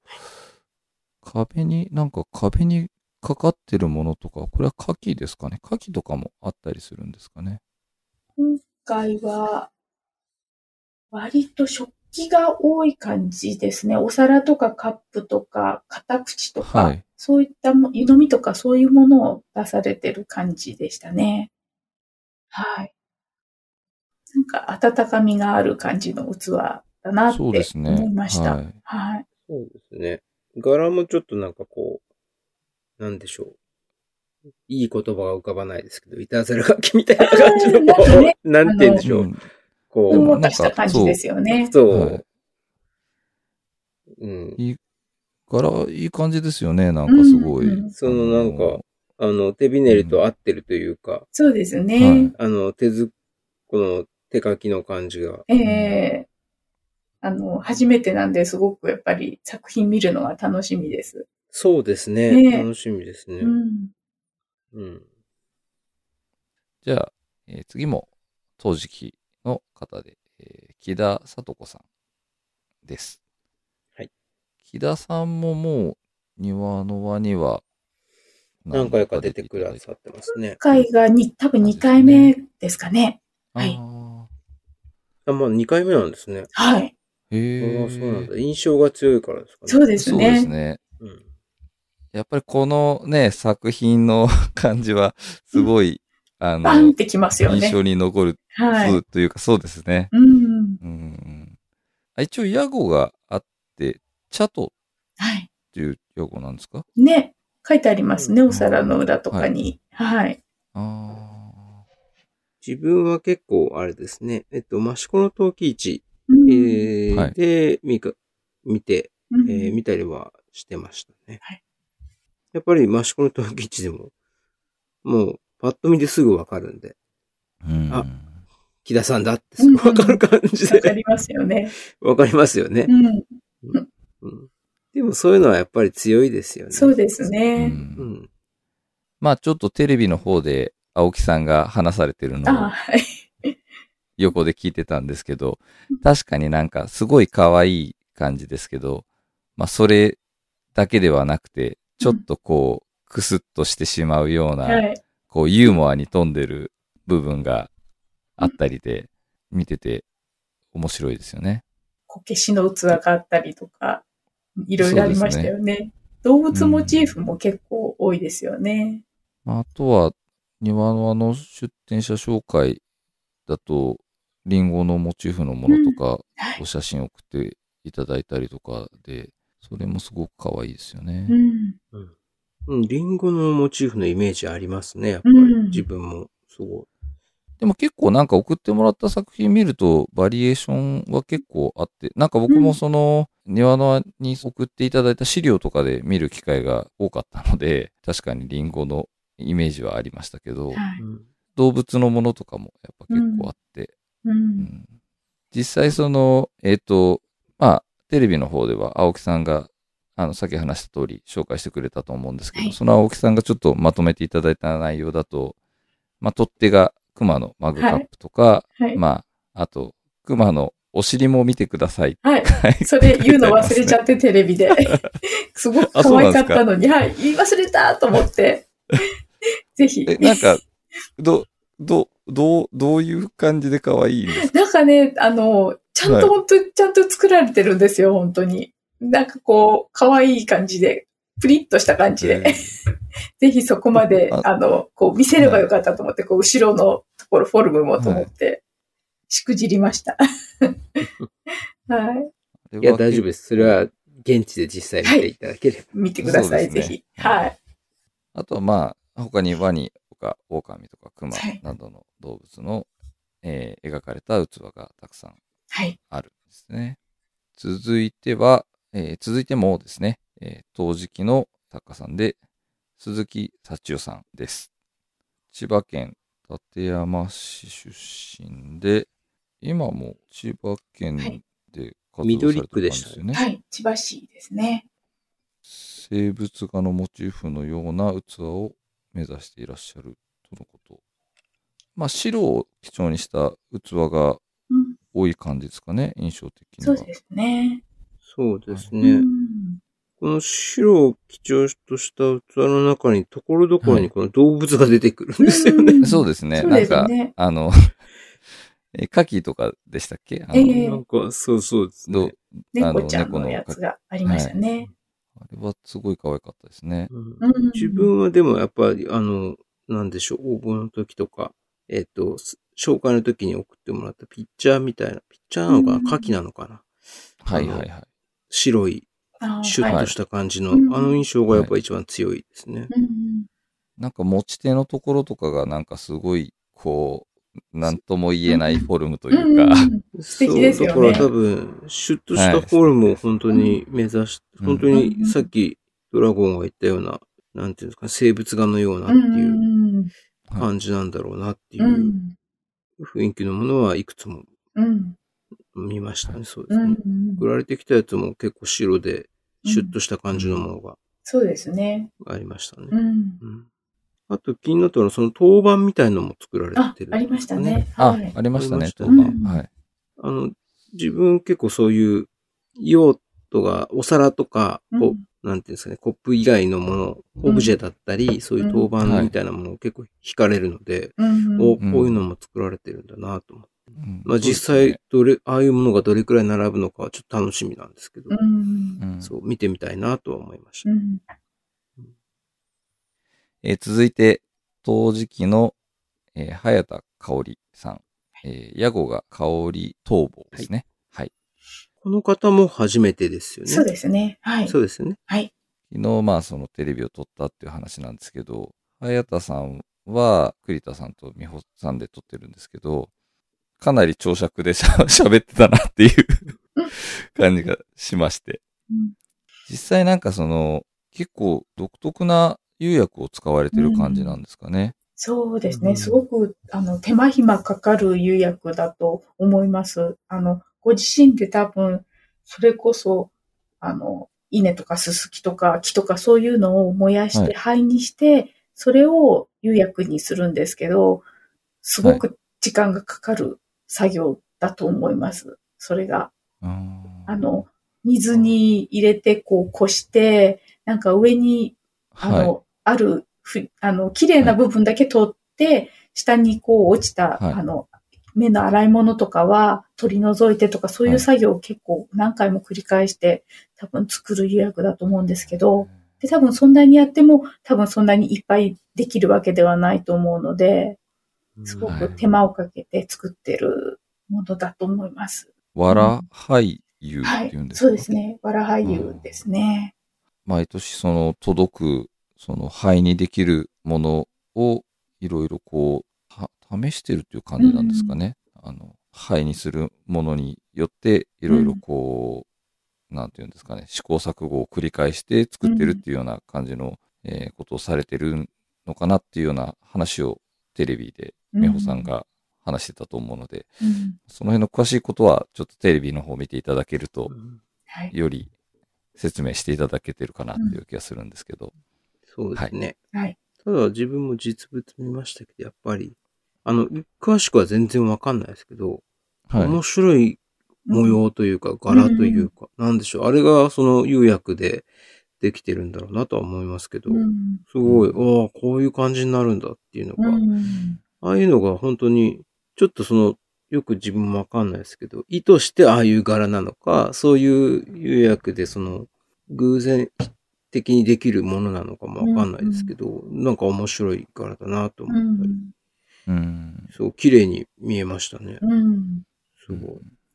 S1: 壁に、なんか壁にかかってるものとか、これは牡蠣ですかね牡蠣とかもあったりするんですかね
S2: 今回は、割と食器が多い感じですね。お皿とかカップとか、片口とか、
S1: はい
S2: そういったも湯飲みとかそういうものを出されてる感じでしたね。はい。なんか温かみがある感じの器だなって
S1: そうですね。
S2: 思いました。
S1: はい。
S2: はい。
S3: そうですね。柄もちょっとなんかこう、なんでしょう。いい言葉が浮かばないですけど、いたずら書きみたいな感じの、
S2: な
S3: こ
S2: んかね
S3: う、なんて言うんでしょ
S1: う
S3: う。
S1: ん
S2: ふん
S3: こ
S2: わかした感じですよね
S3: う、。そ
S1: は
S3: う
S1: い、
S3: うん。
S1: 柄、いい感じですよね。なんかすごい。
S2: うんうん
S3: そのなんか、あの、手びねりと合ってるというか、
S2: そうですね。
S3: あの、手ず、この手書きの感じが、
S2: ええあの、初めてなんですごくやっぱり作品見るのが楽しみです。
S3: そうですね。
S2: ねえ
S3: 楽しみですね。
S2: うん。
S3: うん。
S1: じゃあ、えー次も、陶磁器の方で、えー木田聡子さんです。
S3: はい。
S1: 木田さんももう、庭の輪には
S3: 何回か出てくださってますね。
S2: 回がに多分2回目ですかね。
S1: あ
S2: はい。
S1: ー
S3: あ、まあ2回目なんですね。
S2: はい。
S1: へ
S3: ああ
S1: え。
S3: そうなんだ。印象が強いからですかね。。
S2: そうですす
S1: そうです
S2: ね。
S1: ね。
S3: うん、
S1: やっぱりこのね、作品の感じは、すごい、あ
S2: バンっ
S1: の、
S2: てきますよ
S1: 印
S2: ね。
S1: 象に残る、
S2: はい。
S1: というか、そうですね。
S2: うん。
S1: うん。あ一応、屋号があって、チャトっ
S2: はい。
S1: ていう屋号なんですか
S2: ね。書いてありますね。
S3: うん
S2: お皿の裏とかに。はい。
S1: あ
S3: 自分は結構あれですね。えっと、益子の陶器市、
S2: うん
S3: えー
S1: はい
S3: で見か見て、
S2: うん
S3: えー見たりはしてましたね。
S2: はい
S3: やっぱり益子の陶器市でも、もうパッと見ですぐわかるんで、
S1: あ。うん。
S3: あ木田さんだってすぐわかる感じ
S2: わか
S3: で
S2: りますよね。
S3: わかりますよね
S2: う、ん。
S3: うん。でもそういうのはやっぱり強いですよね。
S2: そうです
S1: う。
S2: ね。
S3: うんん。
S1: まあ、ちょっとテレビの方で、青木さんが話されてる
S2: あ
S1: のを
S2: はい。
S1: 横で聞いてたんですけど、確かになんかすごい可愛い感じですけど、まあそれだけではなくて、ちょっとこう、くすっとしてしまうような、
S2: はい。
S1: こうユーモアに富んでる部分があったりで、見てて面白いですよね。
S2: こけしの器があったりとか、いろいろありましたよね。動物モチーフも結構多いですよね。
S1: まああとは、庭のあの出展者紹介だと、リンゴのモチーフのものとか、
S2: はい。
S1: お写真送っていただいたりとかで、それもすごく可愛いですよね。
S2: うん。
S3: うん、リンゴのモチーフのイメージありますね、やっぱり。
S2: うん
S3: 自分も、すごい。
S1: でも結構なんか送ってもらった作品見るとバリエーションは結構あって、なんか僕もその庭のに送っていただいた資料とかで見る機会が多かったので、確かにリンゴのイメージはありましたけど、
S2: はい。
S3: うん
S1: 動物のものとかもやっぱ結構あって、
S2: う。
S1: うんん実際その、えっ、と、まあ、テレビの方では青木さんが、あの、さっき話した通り紹介してくれたと思うんですけど、
S2: はい
S1: その青木さんがちょっとまとめていただいた内容だと、まあ、取っ手が熊のマグカップとか、
S2: はい。
S1: まあ、あと、熊のお尻も見てください。
S2: はい。
S1: はい
S2: それ言うの忘れちゃって、テレ ビで。すごく可愛かったのに、はい。言い忘れたと思 って。ぜひ。
S1: え、なん か、ど、ど、どう、どういう感じで可愛いんですか
S2: なんかね、あの、ちゃん
S1: はい
S2: と本当、にちゃんと作られてるんですよ、本当に。なんかこう、可愛い感じで、プリッとした感じで、ぜひそこまで、
S1: あ
S2: あの、こう見せればよかったと思って、こう、後ろのところ、フォルムもと思って、しくじりま した。はい。
S1: い
S3: いや、大丈夫です。それは、現地で実際見ていただければ。
S2: 見てください、
S1: そう
S2: ぜ
S1: ですね
S2: ひ。はい。
S1: あとはまあ、他にワニとか狼とか熊
S2: はい
S1: などの動物の、えー描かれた器がたくさん
S2: はい。
S1: あるんですね。続いては、えー続いてもですね、えー、陶磁器の作家さんで、鈴木幸代さんです。千葉県館山市出身で、今も千葉県で活動されてるんですよね。
S2: はい。千葉市ですね。
S1: 生物画のモチーフのような器を目指していらっしゃるとのこと。まあ、白を基調にした器が
S2: うん。
S1: 多い感じですかね、印象的に
S2: そ
S1: は。
S2: うですね。
S3: そうです
S2: う
S3: ね。
S2: ん。
S3: この白を基調とした器の中に、ところどころ
S1: は
S3: に
S1: い
S3: この動物が出てくるんですよね。
S2: ん
S1: そうですね。
S2: そう
S1: な
S2: で
S1: ん
S2: すね
S1: か、あの、 え、カキとかでしたっけあの、
S2: ええ
S3: なんか、そうそうです
S1: ど
S3: ね
S1: う。あの
S2: 猫ちゃん
S1: 猫
S2: の
S1: の
S2: やつがありましたね。
S1: あれはすごい可愛かったですね。
S3: うん
S2: うん
S3: 自分はでもやっぱり、あの、なんでしょう、応募の時とか、えっ、と、す紹介の時に送ってもらったピッチャーみたいな、ピッチャーなのか
S2: うん
S3: な牡蠣なのかな
S1: はいはいはい。
S3: 白い、
S2: あー
S3: シュッ
S2: は
S3: と
S2: い
S3: した感じの、
S2: はいうん
S3: あの印象がやっぱ一番強いですね。
S2: うん
S1: なんか持ち手のところとかがなんかすごい、こう、なんとも言えないフォルムというか、
S2: うん
S3: そう
S2: 敵ですよね
S3: だから多分、シュッとしたフォルムを本当に目指し、
S1: うん
S3: 本当にさっきドラゴンが言ったような、なんていうんですか、生物画のようなっ
S2: う
S3: て
S2: んう
S3: いうん感じなんだろうなってい
S2: うんう
S3: うん雰囲気のものはいくつも
S2: うん
S3: 見ましたね。そうで
S2: う
S3: す
S2: ん
S3: ね。送られてきたやつも結構白で、シュッとした感じのものが
S2: そうですね。
S3: ありました
S2: う
S3: ね。
S2: ん。
S3: うんあと気になったのは、その陶板みたいのも作られ
S2: あ
S3: て、る。
S2: ありましたね。。
S1: あ
S2: はい、。
S1: ありました
S3: ありま
S1: ね、
S3: した
S1: 当
S3: ね
S1: 番。
S2: うん
S1: はい。
S3: あの、自分結構そういう、用トが、お皿とか、
S2: うん
S3: こう、なんていうんですかね、コップ以外のもの、オブジェだったり、そういう陶板
S1: はい
S3: みたいなものを結構惹かれるので、
S2: うん
S3: お、
S2: う
S3: こ
S2: ん。
S3: ういうのも作られてるんだなと思って。
S1: うん
S3: まあ実際、どれ、ああいうものがどれくらい並ぶのかはちょっと楽しみなんですけど
S2: う、ん。
S1: そうですねうん
S3: そう、見てみたいなとは思いまし
S2: う
S3: た。
S2: ん。
S1: えー続いて、陶磁器の、えー早田香織さん。えー、屋号が香織陶房ですね。はい。
S3: この方も初めてですよね。
S2: そうですね。はい。
S3: そうですよね。
S2: はい。
S1: 昨日、まあ、そのテレビを撮ったっていう話なんですけど、早田さんは、栗田さんと美穂さんで撮ってるんですけど、かなり長尺でしゃ 喋ってたなっていう感じがしまして。
S2: うん
S1: 実際なんかその、結構独特な釉薬を使われてる感じなんですかね。
S2: そうです
S3: うん
S2: ね。すごく、あの、手間暇かかる釉薬だと思います。あの、ご自身で多分、それこそ、あの、稲とかススキとか木とかそういうのを燃やし
S1: はい
S2: て灰にして、それを釉薬にするんですけど、すごく時間がかかる作業だと思います。それが。
S1: うん
S2: あの、水に入れて、こう、こして、なんか上に、あ
S1: はい
S2: の、あるふ、あの、綺麗な部分だけ取って、下にこう落ちた、
S1: はい
S2: あの、目の洗い物とかは取り除いてとか、そうい
S1: は
S2: う
S1: い
S2: 作業を結構何回も繰り返して、多分作る予約だと思うんですけど、で、多分そんなにやっても、多分そんなにいっぱいできるわけではないと思うので、すご
S1: はい
S2: く手間をかけて作ってるものだと思います。
S1: わらはいゆ
S2: は
S1: って
S2: い
S1: いうんで、すか、
S2: そうですね。わら俳優ですね。
S1: 毎年その届く、その肺にできるものをいろいろこう、た試してるっていう感じなんですかね。あの、肺にするものによっていろいろこう、なんていうんですかね、試行錯誤を繰り返して作ってるっていうような感じの、えーことをされてるのかなっていうような話をテレビで美穂さんが話してたと思うので、
S2: うん。
S1: その辺の詳しいことはちょっとテレビの方を見ていただけると
S3: うん
S2: はい。
S1: より説明していただけてるかなっていう気がするんですけど。
S3: そうですね。
S2: はい。
S3: ただ自分も実物見ましたけど、やっぱり、あの、詳しくは全然わかんないですけど、面白い模様というか、柄というか、なんでしょう。あれがその釉薬でできてるんだろうなとは思いますけど、
S2: うん。
S3: すごい、あ
S1: う
S3: あ、こういう感じになるんだっていうの
S2: う
S3: が、
S2: ん。
S3: ああいうのが本当に、ちょっとその、よく自分もわかんないですけど、意図してああいう柄なのか、そういう釉薬でその、偶然的にできるものなのかもわかんないですけど、なんか面白い柄だなと
S2: う
S3: 思ったり、
S2: ん。
S1: うん。
S3: そう、綺麗に見えましたね。
S2: うん。
S3: すごい。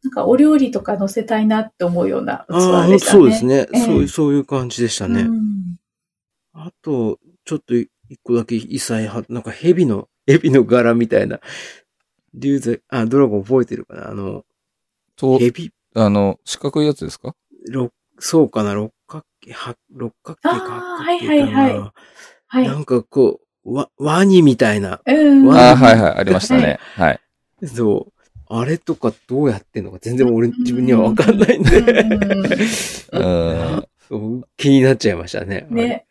S2: なんかお料理とか乗せたいなって思うような
S3: ああ、
S2: 器でしたね。
S3: そうですね、
S2: ええ
S3: そういう。そういう感じでしたね。
S2: うん
S3: あと、ちょっと一個だけ異彩派、なんか蛇の、蛇の柄みたいな、竜剤、あ、ドラゴン覚えてるかなあの、
S1: と、
S3: 蛇
S1: あの、四角いやつですか
S3: 六、そうかな、六角形、は六角形か。
S2: あー
S3: 八角
S2: は
S3: 形かな
S2: いはいははい。
S3: なんかこう、わ、ワニみたいな。
S2: うん。
S3: わ
S1: ああ、
S3: ー
S1: はいはい、ありました ね。はい。
S3: そう。あれとかどうやってんのか全然俺、自分にはわかんないんで。
S1: うん
S3: そう気になっちゃいましたね。あれ。
S2: ね。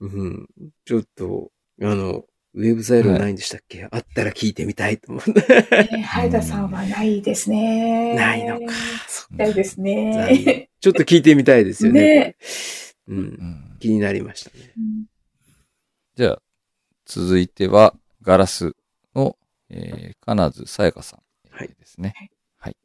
S3: うん。ちょっと、あの、ウェブ材料ないんでしたっけ、あったら聞いてみたいと思って。
S2: ね早田さんはないですね。
S3: ないのか。そっか
S2: ないです
S3: 残念
S2: ね。
S3: ちょっと聞いてみたいですよね。
S2: ね
S3: これうん
S1: う。ん
S3: 気になりましたね。
S1: じゃあ、続いては、ガラスの、えー、金津さやかさん
S3: はい
S1: ですね。はい。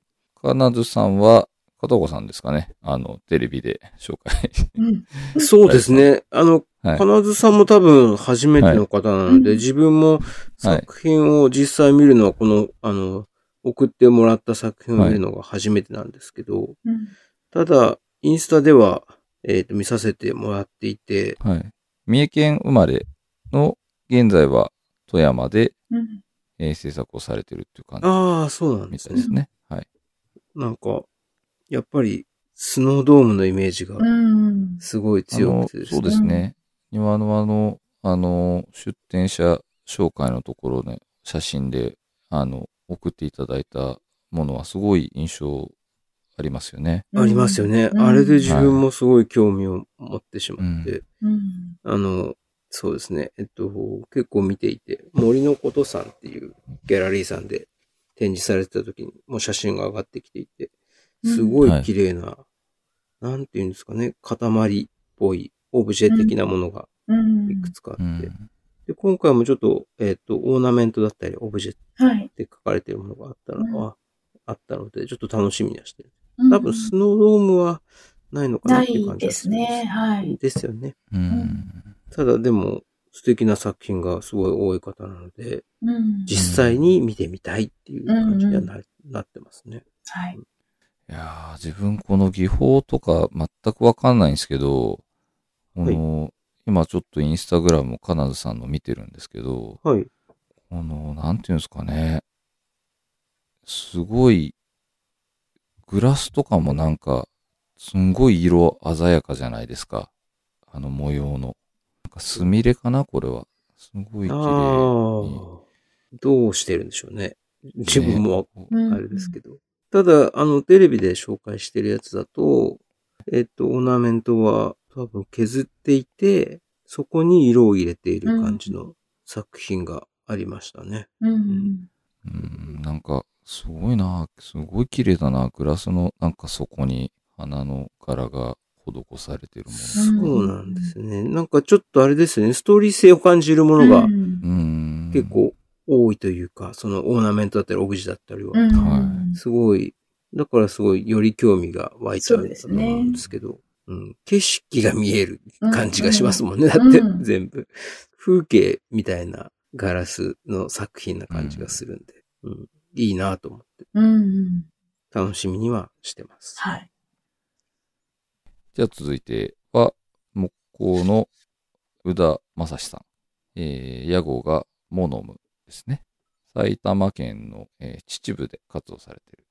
S1: 金津さんは、片岡さんですかね。あの、テレビで紹介。
S2: うん。
S3: そうですね。あの、
S1: はい。
S3: 金津さんも多分初めての方なので、
S2: はい
S3: 自分も作品を実際見るのは、この、あの、送ってもらった作品を見るのが初めてなんですけど、
S2: うん
S3: ただ、インスタでは、えっ、と、見させてもらっていて、
S1: はい。三重県生まれの、現在は富山で、
S2: うん。
S1: えー制作をされてるっていう感じ
S3: ああ、そうなんで
S1: み
S3: す
S1: たいで
S3: ね
S1: す。ね。はい。
S3: なんか、やっぱり、スノードームのイメージが
S2: うん。
S3: すご
S1: あ
S3: い強
S1: の
S3: くてです
S1: そう
S3: ね。
S1: ですね。庭のあの、あの、出展者紹介のところの写真で、あの、送っていただいたものはすごい印象ありますよね。
S3: ありますよね。
S2: うん
S3: あれで自分もすごい興味を持ってしまって、
S1: は
S2: うん。
S3: あの、そうですね。えっと、結構見ていて、森のことさんっていうギャラリーさんで展示されてた時に、もう写真が上がってきていて、すご
S1: うんはい
S3: い綺麗ななんていうんですかね、塊っぽいオブジェ的なものが
S2: うん
S3: いくつかあって、
S1: うん
S3: で、今回もちょっと、えっ、と、オーナメントだったり、オブジェっ
S2: はい。
S3: て書かれてるものがあった
S2: うん
S3: のは、あったので、ちょっと楽しみにはしてる。
S2: うん
S3: 多分、スノードームはないのかな
S2: な
S3: っていう感
S2: い
S3: じ
S2: ですね。はい。
S3: ですよね。
S1: うん。
S3: ただ、でも、素敵な作品がすごい多い方なので、
S2: うん。
S3: 実際に見てみたいっていう感じにはな,、なってますね。
S2: はい。
S1: いやー自分この技法とか全くわかんないんですけど、この、今ちょっとインスタグラムをカナズさんの見てるんですけど、
S3: はい。
S1: この、なんていうんですかね。すごい、グラスとかもなんか、すんごい色鮮やかじゃないですか。あの模様の。なんかスミレかなこれは。すごい綺
S3: ああ
S1: 麗に。
S3: ー、どうしてるんでしょうね。自分も
S2: うん
S3: あれですけど。ただ、あの、テレビで紹介してるやつだと、えっと、オーナメントは多分削っていて、そこに色を入れている感じの作品がありましたね。
S2: うん。
S1: うん、なんか、すごいな。すごい綺麗だな。グラスの、なんかそこに花の柄が施されてるも
S2: うん
S3: そうなんですね。なんかちょっとあれですね、ストーリー性を感じるものが
S2: う
S1: の。う
S2: ん
S1: ん。
S3: 結。構多いというか、そのオーナメントだったり、オブジェだったりは、
S2: うん
S1: は
S3: すごい、だからすごいより興味が湧いちゃうんだと思うんですけど、うん、景色が見える感じがしますもん
S2: う
S3: ね。
S2: ん
S3: だって
S2: うん
S3: 全部。風景みたいなガラスの作品な感じがするんで、うんいいなと思って
S2: うん。
S3: 楽しみにはしてます。
S2: はい。
S1: じゃあ続いては、木工の宇田正史さん。えー、屋号がモノムですね。埼玉県の、えー秩父で活動されている。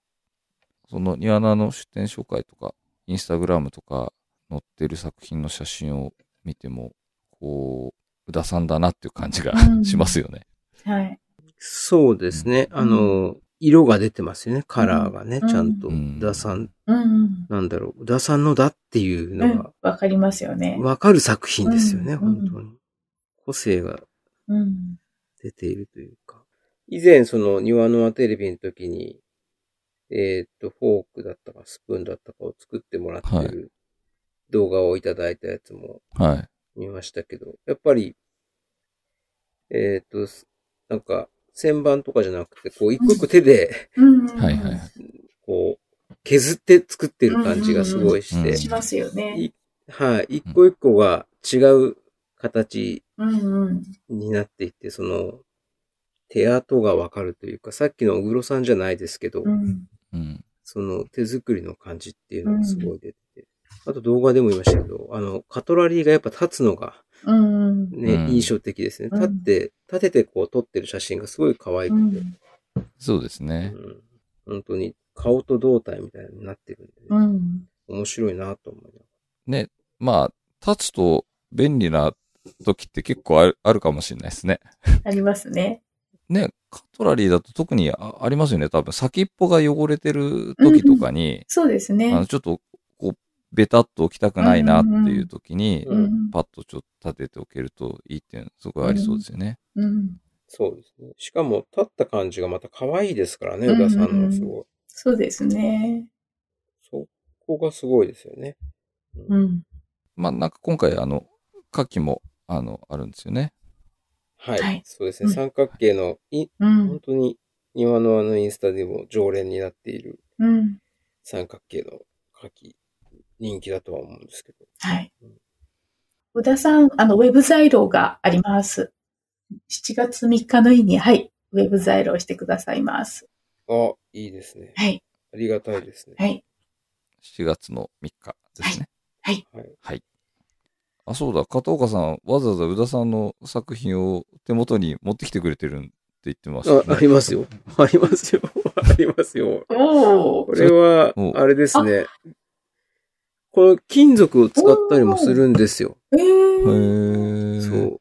S1: その庭菜の出展紹介とか、インスタグラムとか載ってる作品の写真を見ても、こう、宇田さんだなっていう感じが、
S2: う ん
S1: しますよね。
S2: はい。
S3: そうですね。
S2: ん
S3: あの、色が出てますよね。カラーがね、
S2: うん
S3: ちゃんと。
S1: うん
S3: 宇田さん、
S2: うん。
S3: なんだろう。宇田さんのだっていう
S2: う
S3: の
S2: ん
S3: が。
S2: わかりますよね。
S3: わかる作品ですよね、
S2: うん
S3: 本当に。個性が
S2: うん。
S3: 出ているというか。以前、その、庭の輪テレビの時に、えーっと、フォークだったか、スプーンだったかを作ってもらってる動画をいただいたやつも
S1: はい。
S3: 見ましたけど、やっぱり、えーっと、すなんか、旋盤とかじゃなくて、こう、一個一個手で、
S2: うん。
S1: はいはいはい。
S3: こう、削って作ってる感じがすごいし
S1: うん
S3: て、
S2: しますよね。
S3: いはい、一個一個が違う形
S2: うんうん。
S3: になっていて、その、手跡がわかるというか、さっきの小黒さんじゃないですけど、
S2: うん。
S1: うん。
S3: その手作りの感じっていうのがすごい出てて、あと動画でも言いましたけど、あの、カトラリーがやっぱ立つのが
S2: うん。
S3: ね、
S1: うん
S3: 印象的ですね。
S2: うん
S3: 立って、立ててこう撮ってる写真がすごい可愛
S2: う
S3: くて、
S2: ん。
S1: そうです
S3: う
S1: ね。
S3: ん本当に顔と胴体みたいになってるんで、
S2: う
S3: ね、
S2: ん。
S3: 面白いなと思い
S1: ね、まあ、立つと便利な時って結構あるあるかもしれないですね。
S2: ありますね。
S1: ね、カトラリーだと特にあありますよね。多分先っぽが汚れてる時とかに、
S2: そうです
S1: あ
S2: ね
S1: の。ちょっとこう、ベタっと置きたくないなっていう時に、
S3: うん
S2: うん。
S1: パッとちょっと立てておけるといいっていうのすごいありそうですよね。
S2: うん。
S3: そうですね。しかも立った感じがまた可愛いですからね、
S2: う
S3: 宇
S2: ん
S3: 田さんのすごい。
S2: そうですね。
S3: そこがすごいですよね。う
S2: うんん。
S1: まあなんか今回あの、夏季もあの、あるんですよね。
S3: はい。
S2: はい
S3: そうですね。
S2: うん
S3: 三角形のい、
S2: う
S3: 本
S2: ん。
S3: 当に庭のあのインスタでも常連になっている
S2: うん。
S3: 三角形の牡蠣、人気だとは思うんですけど。
S2: はい。小田さん、あの、ウェブ材料があります。7月3日の日に、はい、ウェブ材料してくださいます。
S3: あ、いいですね。
S2: はい、
S3: ありがたいですね。
S2: はい、
S1: 7月の3日ですね。
S2: はい
S3: はいはい
S1: あ、そうだ、片岡さん、わざわざ宇田さんの作品を手元に持ってきてくれてるって言ってました、ね。
S3: あ、ありますよ。ありますよ。ありますよ。
S2: お
S3: これは
S1: お、
S3: あれですね。この金属を使ったりもするんですよ。
S2: え
S1: へ
S2: ー、
S1: ー
S3: そう。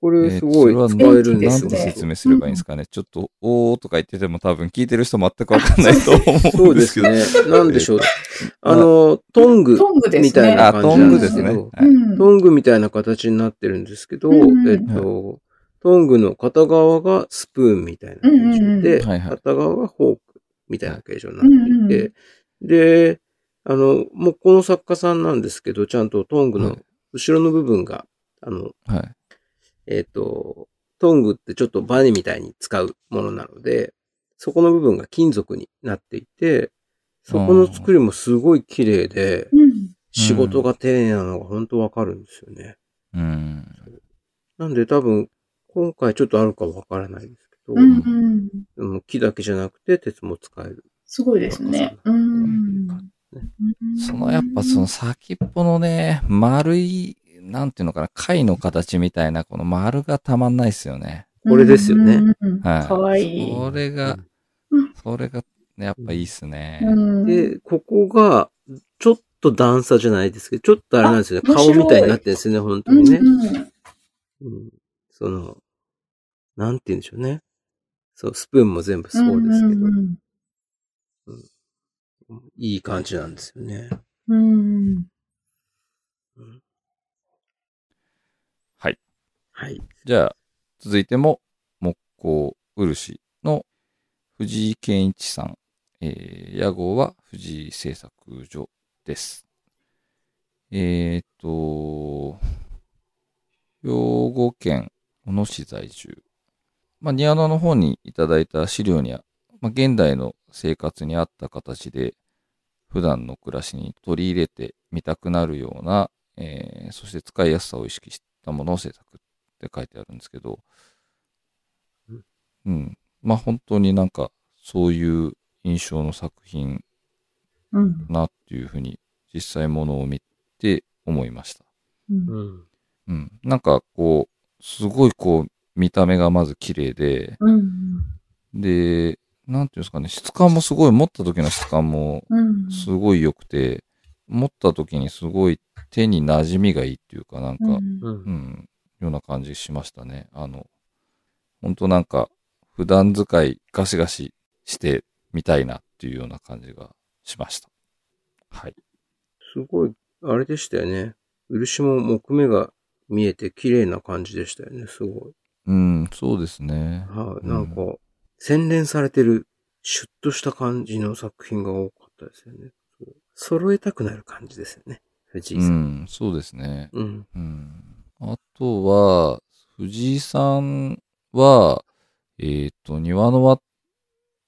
S3: こ
S1: え
S3: れ
S1: ー
S3: すごい
S1: そ
S3: 使
S1: れは
S3: えるんで
S1: なん
S3: す
S1: て
S3: よ。
S1: 説明すればいいんですかね。ちょっと、おーとか言ってても多分聞いてる人全くわかんないと思
S3: そ
S1: うん
S3: うで
S1: です
S3: す
S1: けど。
S3: ね。なんでしょう。あの、トング。
S2: トングですね。
S3: みたいな
S1: あ、トングですね。
S3: 感
S1: は
S3: じ
S1: い
S3: なんです
S2: うん、
S3: トングみたいな形になってるんですけど、
S2: うん
S3: えっと、トングの片側がスプーンみたいな形状で、
S1: うんうんうんはいはい
S3: 片側がフォークみたいな形状になっていて、で、あの、もうこの作家さんなんですけど、ちゃんとトングの後ろの部分が、あの、
S1: はい。
S3: えっ、と、トングってちょっとバネみたいに使うものなので、そこの部分が金属になっていて、そこの作りもすごい綺麗で、
S2: うん。
S3: 仕事が丁寧なのが本当わかるんですよね。
S1: うん。
S3: なんで多分、今回ちょっとあるかわからないですけど、
S2: うんうん。
S3: うん木だけじゃなくて鉄も使える。
S2: すごいですね。うん。
S1: そのやっぱその先っぽのね、丸い、なんていうのかな、貝の形みたいな、この丸がたまんないですよね。
S2: うん、
S3: これですよね
S2: うんうんうん。
S1: はい
S2: かわいい。
S1: それが
S2: うん、
S1: それが、ね、やっぱいいっすね。
S2: うん
S3: で、ここが、ちょっと段差じゃないですけど、ちょっとあれなんですよね。
S2: あ面
S3: 顔
S2: 白い
S3: みたいになってるんですよね、本当
S2: うん
S3: にね。
S2: うん
S3: うんその、なんて言うんでしょうね。そう、スプーンも全部そうですけど、
S2: うんうん
S3: いい感じなんですよね。
S2: うん。うん
S3: うん
S1: はい。
S3: はい。
S1: じゃあ、続いても、木工漆の藤井健一さん。えー、屋号は藤井製作所です。えーっと、兵庫県小野市在住。まあ、ニアノの方にいただいた資料には、まあ、現代の生活に合った形で、普段の暮らしに取り入れてみたくなるような、えーそして使いやすさを意識したものを制作って書いてあるんですけど
S3: うん、
S1: うん。まあ本当になんかそういう印象の作品
S2: う
S1: だ
S2: ん。
S1: なっていうふうに実際ものを見て思いました。
S2: うん
S3: うん。
S1: うん。なんかこう、すごいこう見た目がまず綺麗で、
S2: うん。
S1: で、なんていうんですかね、質感もすごい、持った時の質感も
S2: うん。
S1: すごい良くて、持った時にすごい手に馴染みがいいっていうか、なんか、
S2: うん
S3: う。
S1: うんん、ような感じしましたね。あの、本当なんか、普段使いガシガシしてみたいなっていうような感じがしました。はい。
S3: すごい、あれでしたよね。漆も木目が見えて綺麗な感じでしたよね、すごい。
S1: うん、そうですね。
S3: は
S1: う
S3: い。
S1: ん
S3: なんか、洗練されてる、シュッとした感じの作品が多かったですよね。そう揃えたくなる感じですよね、藤
S1: う
S3: 井さん。
S1: ん、そうですね。
S3: うん。
S1: うん。あとは、藤井さんは、えっ、と、庭の輪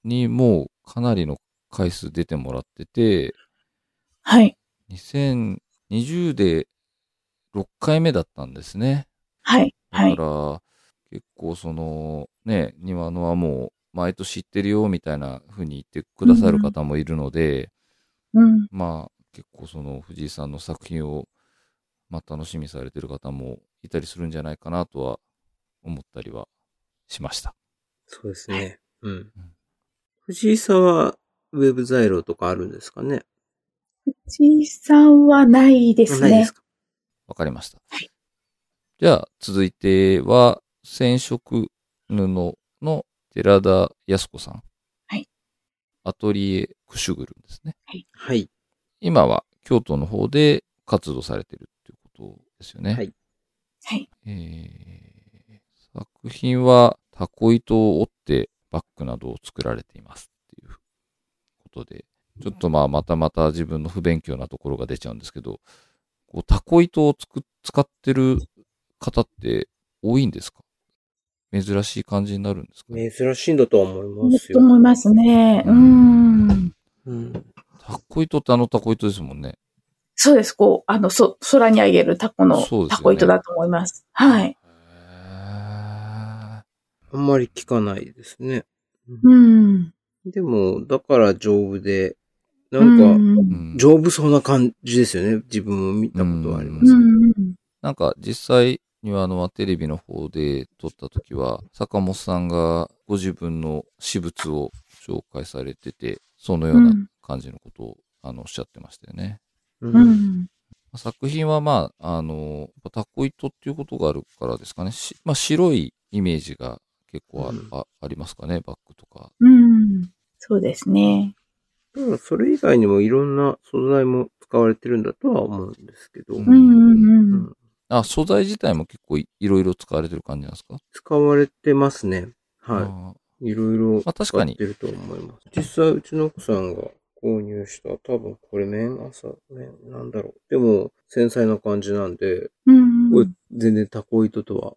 S1: にもうかなりの回数出てもらってて、
S2: はい。
S1: 2020で6回目だったんですね。
S2: はい。は
S1: だ
S2: い
S1: か。ら、結構その、ね、庭のはもう、毎年行ってるよ、みたいな風に言ってくださる方もいるので、
S2: うん。
S1: まあ、結構その、藤井さんの作品を、まあ、楽しみにされてる方もいたりするんじゃないかなとは、思ったりはしました。
S3: そうですね。うん
S1: うん。
S3: 藤井さんは、ウェブ材料とかあるんですかね
S2: 藤井さんはないです
S3: ないで
S2: ね
S3: す。か
S1: わかりました。
S2: はい
S1: じゃあ、続いては、染色布の寺田康子さん。
S2: はい
S1: アトリエクシュグルですね。
S3: はい。
S1: 今は京都の方で活動されてるっていうことですよね。
S3: はい
S2: はい。
S1: えー作品はタコ糸を折ってバッグなどを作られていますっていうことで、ちょっとまあまたまた自分の不勉強なところが出ちゃうんですけど、こうタコ糸をつく使ってる方って多いんですか珍しい感じになるんですか、ね、
S3: 珍しいんだとは思います
S2: と
S3: よ。
S2: 思いますね。うん。
S3: うん。
S1: タコ糸ってあのタコ糸ですもんね。
S2: そうです。こう、あの、そ、空にあげるタコ
S1: そう
S2: の、
S1: ですよね
S2: タコ糸だと思います。はい。
S1: へ
S3: あんまり聞かないですね。
S2: うん。
S3: でも、だから丈夫で、な
S2: うん
S3: か、
S1: ーうんん
S3: 丈夫そうな感じですよね。自分も見たことはありま
S2: う
S3: す。
S2: ん。
S1: なんか実際にはあのテレビの方で撮った時は坂本さんがご自分の私物を紹介されててそのような感じのことをあのおっしゃってましたよね。
S2: う
S3: うん
S2: ん。
S1: 作品はまああのタコ糸っていうことがあるからですかね、しまあ、白いイメージが結構あ,、
S3: うん
S1: あありますかねバッグとか。
S2: うん。そうですね。
S3: だからそれ以外にもいろんな素材も使われてるんだとは思うんですけど、
S1: う
S2: うんんうん
S3: う
S2: うんん。
S1: あ素材自体も結構いいろいろ使われてる感じなんですか
S3: 使われてますね。
S1: あ
S3: は
S1: ー
S3: い。いろいろ
S1: まあ確
S3: 使
S1: か
S3: っ
S1: に
S3: てると思います。実際、うちの奥さんが購入した。多分これ麺朝麺なんだろう。でも、繊細な感じなんで、
S2: うん
S3: こ
S2: う
S3: れ
S2: ん。
S3: 全然タコ糸とは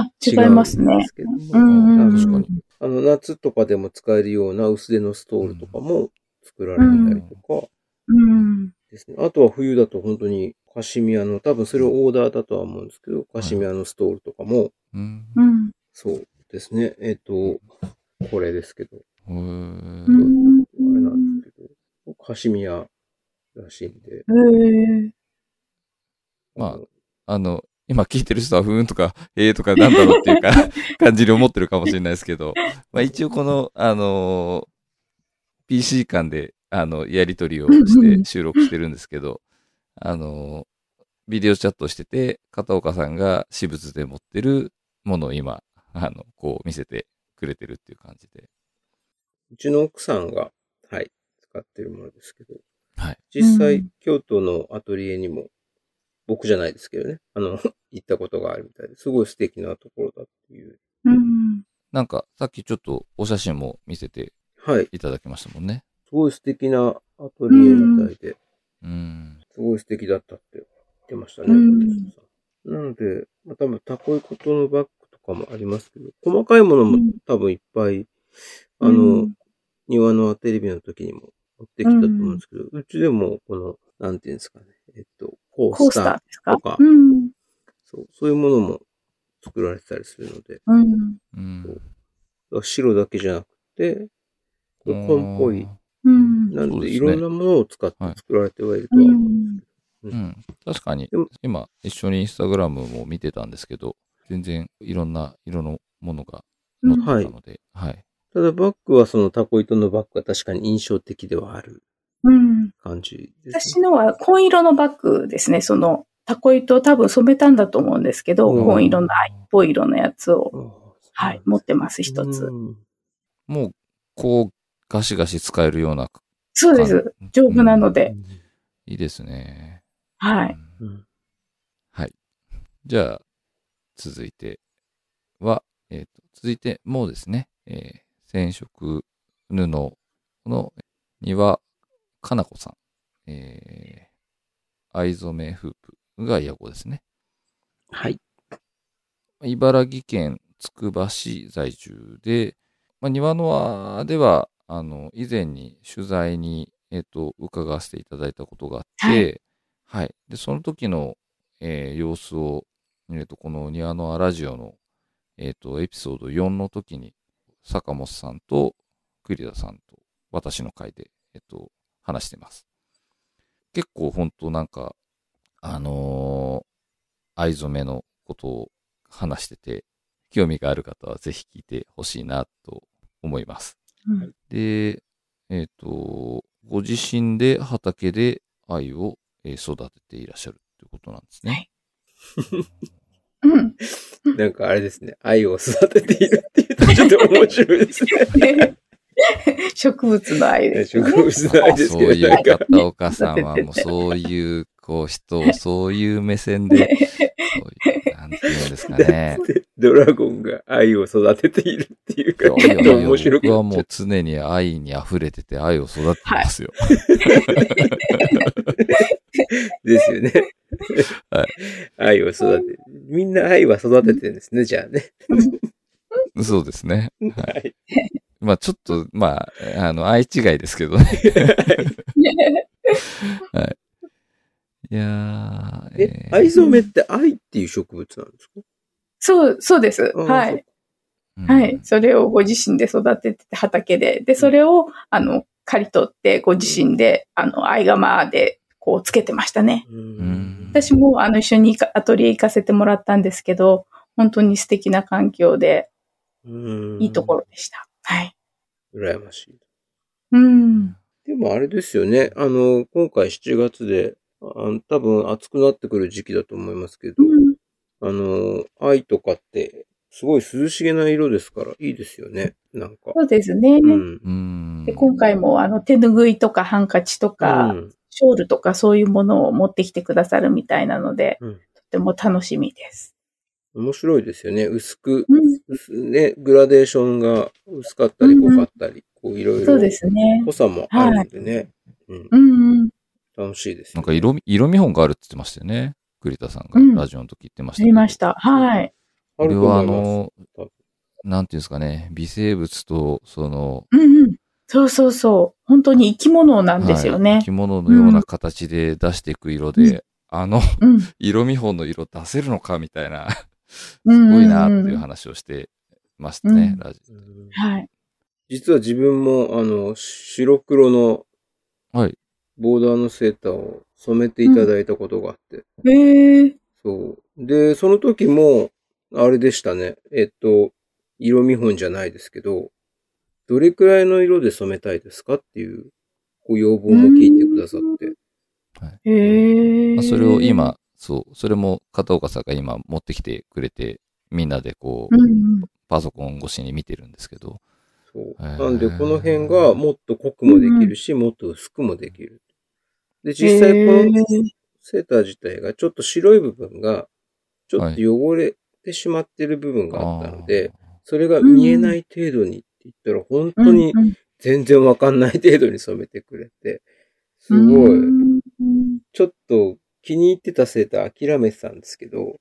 S2: あ、違
S3: 違う
S2: い
S3: んで
S2: ます
S3: す
S2: ね。
S3: けども、
S2: うんうんうん
S3: 確かに。あの、夏とかでも使えるような薄手のストールとかも作られてたりとか
S2: うん。
S3: ですね。あとは冬だと本当にカシミヤの、多分それをオーダーだとは思うんですけど、カシミヤのストールとかも、
S1: うん。
S2: うん。
S3: そうですね。えっ、と、これですけど、
S1: う。
S2: うんん。
S3: あれなんですけど、カシミヤらしいんで、
S2: へえ。
S1: まあ
S3: の
S1: あの、今聞いてる人はふーんとか、 えーとかなんだろうって いうか感じに思ってるかもしれないですけど、まあ一応この、あのー PC 間で、あの、やりとりを
S2: うんう
S1: して
S2: ん
S1: 収録してるんですけど、あのービデオチャットしてて、片岡さんが私物で持ってるものを今、あの、こう見せてくれてるっていう感じで。
S3: うちの奥さんが、はい、使ってるものですけど、
S1: はい。
S3: 実際、
S2: うん
S3: 京都のアトリエにも、僕じゃないですけどね、あの、 行ったことがあるみたいで、すごい素敵なところだっていう。
S2: うん。
S1: なんか、さっきちょっとお写真も見せて
S3: はい、す
S1: いただきましたもんね。
S3: ごい素敵なアトリエみたいで、
S1: うん。
S3: すごい素敵だったって言ってましたね、
S2: うん
S3: お客さんなので、まあ、多分、たこいことのバッグとかもありますけど、細かいもの
S2: う
S3: も
S2: ん
S3: 多分いっぱい、あ
S2: う
S3: の、
S2: ん
S3: 庭のテレビの時にも持ってきたと思うんですけど、うちでも、この、なんていうんですかね、えっと、コ
S2: コ
S3: ー
S2: ー
S3: ス
S2: ス
S3: ター
S2: ターですか
S3: とか
S2: うん。
S3: そう、そういうものも作られてたりするので、だか
S2: うん。
S1: うん。
S3: ら白だけじゃなくて、こう紺っぽい、
S2: うん。
S3: な
S1: そ
S3: ん
S1: う
S3: で
S1: ですね
S3: いろんなものを使って
S1: はい
S3: 作られてはいると
S2: う
S3: は、
S2: ん。
S1: うん、確かに
S3: でも、
S1: 今、一緒にインスタグラムも見てたんですけど、全然いろんな色のものが載ってたので、はい。
S3: ただバッグはそのタコ糸のバッグは確かに印象的ではある
S2: うん。
S3: 感じです、
S2: 私のは紺色のバッグですね。その、タコ糸を多分染めたんだと思うんですけど、
S3: うん
S2: 紺色の、あ紺色のやつを、
S3: の、
S2: はい、持ってます、一
S3: う
S2: つ。
S3: ん
S1: もう、こう、ガシガシ使えるような、
S2: そうです。丈夫なので、
S1: いいですね。
S2: はい。
S1: う
S3: うんん
S1: はい。じゃあ、続いては、えーと続いてもうですね、えー染色布の庭かなこさん、えー、藍染めフープが矢後ですね。
S3: はい。
S1: 茨城県つくば市在住で、まあ、庭の輪では、あの、以前に取材に、えっ、と、伺わせていただいたことがあって、はい。で、その時の、えー様子を、えっ、と、この庭の輪ラジオの、えっ、と、エピソード4の時に、坂本さんと栗田さんと私の会で、えっ、と、話してます。結構本当なんか、あのー藍染めのことを話してて、興味がある方はぜひ聞いてほしいなと思います。
S2: うん
S1: で、えっ、と、ご自身で畑で愛をえー育てていらっしゃるということなんですね。
S2: うん。
S3: なんかあれですね、愛を育てているって言うとちょっと面白いです ね。
S2: 植物の愛ですよ
S3: 植
S2: ね。
S3: 物の愛です
S1: そう
S3: けど、
S1: い
S3: なん
S1: う
S3: か、
S1: 片岡さんはもうそういうこう人 をそういう目線で、そういう、なんて言うんですかね。
S3: ドラゴンが愛を育てているっていうか、
S1: い
S3: ちょ
S1: や
S3: っ
S1: いや
S3: と
S1: いや
S3: 面白く
S1: 僕は
S3: なっち
S1: も
S3: ゃ
S1: う常に愛に溢れてて愛を育ててますよ。
S3: うですよね。
S1: はい
S3: 愛を育て、みんな愛は育ててるんですね、じゃあね。
S1: そうですね。
S3: はい。
S1: まあちょっと、まあ、あの、愛違いですけどね。いやー、
S3: え
S1: え、ー
S3: 藍染めって愛っていう植物なんですか
S2: そう、そうです。
S3: うん
S2: はい。
S1: うん
S2: はい。それをご自身で育ててて畑で。で、それを、あの、刈り取って、ご自身で、あの、藍釜で、こう、つけてましたね。
S3: う
S1: うん
S2: 私も、あの、一緒に行かアトリエ行かせてもらったんですけど、本当に素敵な環境で、
S3: うん
S2: いいところでした。はい。
S3: 羨ましい。
S2: うん。
S3: でもあれですよね。あの、今回7月で、あ多分暑くなってくる時期だと思いますけど、
S2: うん
S3: あの、愛とかって、すごい涼しげな色ですから、いいですよね。なんか。
S2: そうですね。
S3: うん。
S1: うん。
S2: で今回も、あの、手拭いとかハンカチとか、
S3: うん
S2: ショールとかそういうものを持ってきてくださるみたいなので、
S3: うん
S2: とても楽しみです。
S3: 面白いですよね。薄く、
S2: うん、
S3: 薄ね、グラデーションが薄かったり
S2: うん
S3: 濃
S2: うん
S3: かったり、構いろいろ
S2: そうですね。
S3: 濃さもあるんでね、うん
S2: うんうん。
S3: 楽しいです
S1: な
S3: よ
S1: んか色み、色見本があるって言ってましたよね。栗田さんが
S2: うん
S1: ラジオの時言ってまし
S2: あ
S1: たけ
S2: り
S1: ど。
S2: ました。はい。
S1: これ
S3: と
S1: は
S3: 思
S1: あ
S3: います
S1: の
S3: 多分、
S1: なんていうんですかね、微生物と、その、
S2: うんうん。そうそうそう。本当に生き物なんですよ
S1: はい
S2: ね
S1: 生。き物のような形で出していく色で、あの、
S2: うん。
S1: 色見本の色出せるのかみたいな、す
S2: う
S1: ご
S2: んうんうん
S1: いなっていう話をしてましたね、
S2: うん
S1: ラジ
S3: うん
S2: はい。
S3: 実は自分も、あの、白黒の
S1: オ。はい。
S3: ボーダーのセーターを染めていただいたことがあって、
S2: へえ。
S3: そう。で、その時も、あれでしたね。えっと、色見本じゃないですけど、どれくらいの色で染めたいですかっていうご要望も聞いてくださって。
S2: へえ。
S1: まあ、それを今、そう、それも片岡さんが今持ってきてくれて、みんなでこう
S2: う、んうん。
S1: パソコン越しに見てるんですけど、
S3: そう。
S1: へー
S3: なんで、この辺がもっと濃くもできるし、もっと薄くもできる。で、実際このセーター自体がちょっと白い部分が、ちょっと汚れてしまってる部分があったので、それが見えない程度にって言ったら、本当に
S2: うんうん
S3: 全然わかんない程度に染めてくれて、すご
S2: う
S3: い。
S2: ん
S3: ちょっと気に入ってたセーター諦めてたんですけど、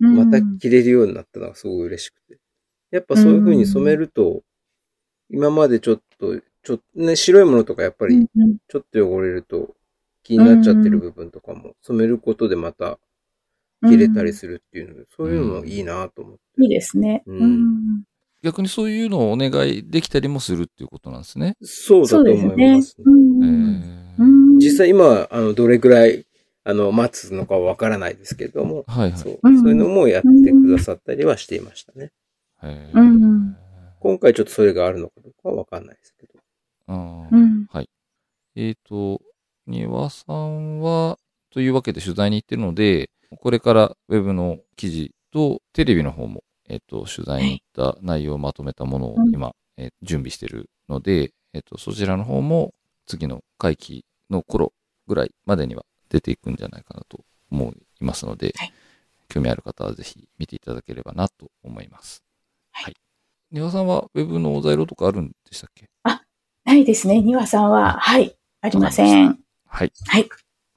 S2: うん
S3: また着れるようになったのがすごい嬉しくて。やっぱそういう風に染めると、今までちょっと、ちょっとね、白いものとかやっぱり
S2: うんうん
S3: ちょっと汚れると気になっちゃってる部分とかも染めることでまた着れたりするっていうので、そういうのもいいなと思って。
S2: いいですね。
S3: うん
S2: うん
S1: 逆にそういうのをお願いできたりもするっていうことなんですね。
S3: そうだと
S2: そう
S3: 思
S2: で
S3: い
S2: す
S3: ま
S2: ね
S3: す。。
S2: うん
S1: えー
S2: うん
S3: 実際今、あの、どれくらい、あの、待つのかはわからないですけれども、
S1: はいはい。
S3: そう。
S2: うん
S3: そういうのもやってくださったりはしていましたね。
S1: えー
S2: うん
S3: 今回ちょっとそれがあるのかどうかはわかんないですけど。
S1: あ
S2: う
S1: ー
S2: ん
S1: はい。えっ、と、庭さんは、というわけで取材に行ってるので、これからウェブの記事とテレビの方も、えっ、と、取材に行った内容をまとめたものを
S2: うん
S1: 今、えー準備してるので、えっ、と、そちらの方も次の会期の頃ぐらいまでには出ていくんじゃないかなと思いますので、
S2: はい
S1: 興味ある方はぜひ見ていただければなと思います。
S2: はい
S1: はい。庭さんはウェブのお材料とかあるんでしたっけ
S2: ないですね。庭さんは、はい、ありません。
S1: はい。
S2: はい。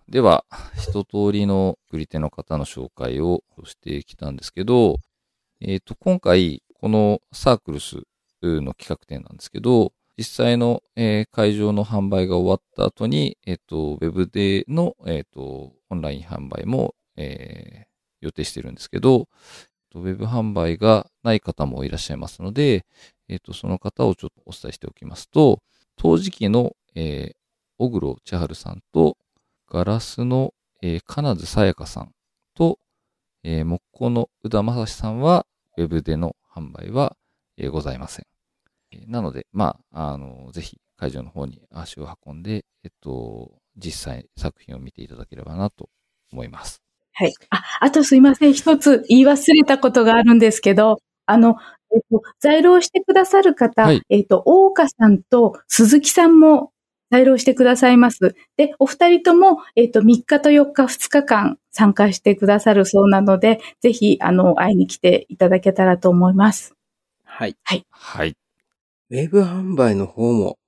S1: では、一通りの作り手の方の紹介をしてきたんですけど、えっ、と、今回、このサークルスの企画展なんですけど、実際の、えー会場の販売が終わった後に、えっ、と、ウェブでの、えっ、と、オンライン販売も、えー予定してるんですけど、ウェブ販売がない方もいらっしゃいますので、えっ、と、その方をちょっとお伝えしておきますと、当時期の、えー、小黒千春さんと、ガラスの、えー金津さやかさんと、えー木工の宇田正史さんは、ウェブでの販売は、えーございません。えーなので、まあ、あの、ぜひ会場の方に足を運んで、えっと、実際作品を見ていただければなと思います。
S2: はい。あ、あとすいません。一つ言い忘れたことがあるんですけど、あの、えっと、在労してくださる方、
S1: はい
S2: えっと、大岡さんと鈴木さんも在労してくださいます。で、お二人とも、えっと、3日と4日、2日間参加してくださるそうなので、ぜひ、あの、会いに来ていただけたらと思います。
S3: はい。
S1: はい。
S3: ウェブ販売の方も、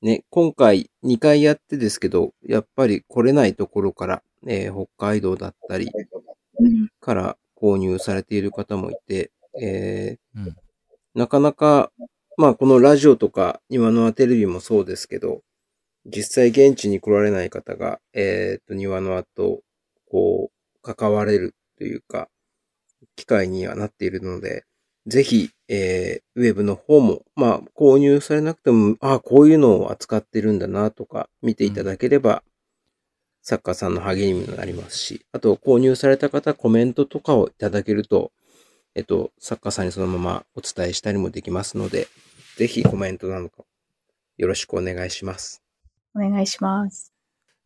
S3: ね、今回2回やってですけど、やっぱり来れないところから、えー北海道だったり
S2: うん。
S3: から購入されている方もいて、えー
S1: うん
S3: なかなか、まあこのラジオとか今のはテレビもそうですけど、実際現地に来られない方が、えっ、と、庭の輪と、こう、関われるというか、機会にはなっているので、ぜひ、えーウェブの方も、まあ、購入されなくても、ああ、こういうのを扱ってるんだなとか、見ていただければ、作家さんの励みにもなりますし、あと、購入された方、コメントとかをいただけると、えっと、作家さんにそのままお伝えしたりもできますので、ぜひコメントなどか、よろしくお願いします。
S2: お願いします。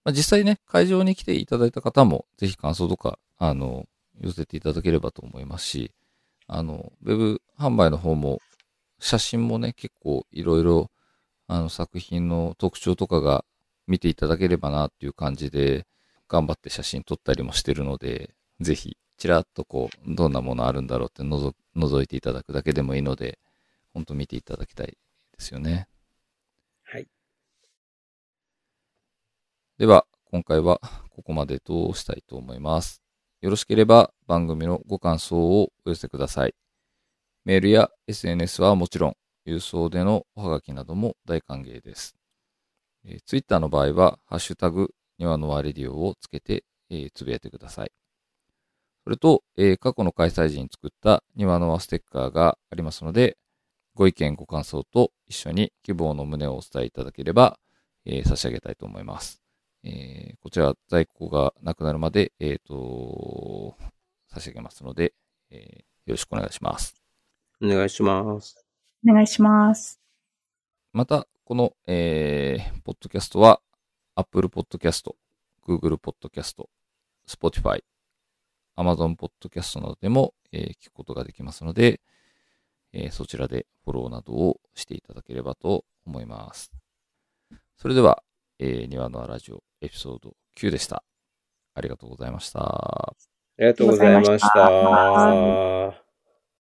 S1: まあ、実際ね、会場に来ていただいた方も、ぜひ感想とか、あの、寄せていただければと思いますし、あの、ウェブ販売の方も、写真もね、結構いろいろ、あの、作品の特徴とかが見ていただければなっていう感じで、頑張って写真撮ったりもしてるので、ぜひ、ちらっとこう、どんなものあるんだろうってのぞ、覗いていただくだけでもいいので、ほんと見ていただきたいですよね。では、今回はここまでとしたいと思います。よろしければ番組のご感想をお寄せください。メールや SNS はもちろん、郵送でのおはがきなども大歓迎です。えー、Twitter の場合は、ハッシュタグ、にわのわレディオをつけて、えーつぶやいてください。それと、えー過去の開催時に作ったにわのわステッカーがありますので、ご意見、ご感想と一緒に希望の旨をお伝えいただければ、えー差し上げたいと思います。えーこちら在庫がなくなるまで、えっ、と、差し上げますので、えーよろしくお願いします。
S3: お願いします。
S2: お願いします。
S1: また、この、えー、ポッドキャストは、Apple Podcast、Google Podcast、Spotify、Amazon Podcast などでも、えー聞くことができますので、えーそちらでフォローなどをしていただければと思います。それでは、えー、庭のあラジオエピソード9でした。ありがとうございました。
S3: ありがとうございまし
S2: ありがとうございま
S3: た。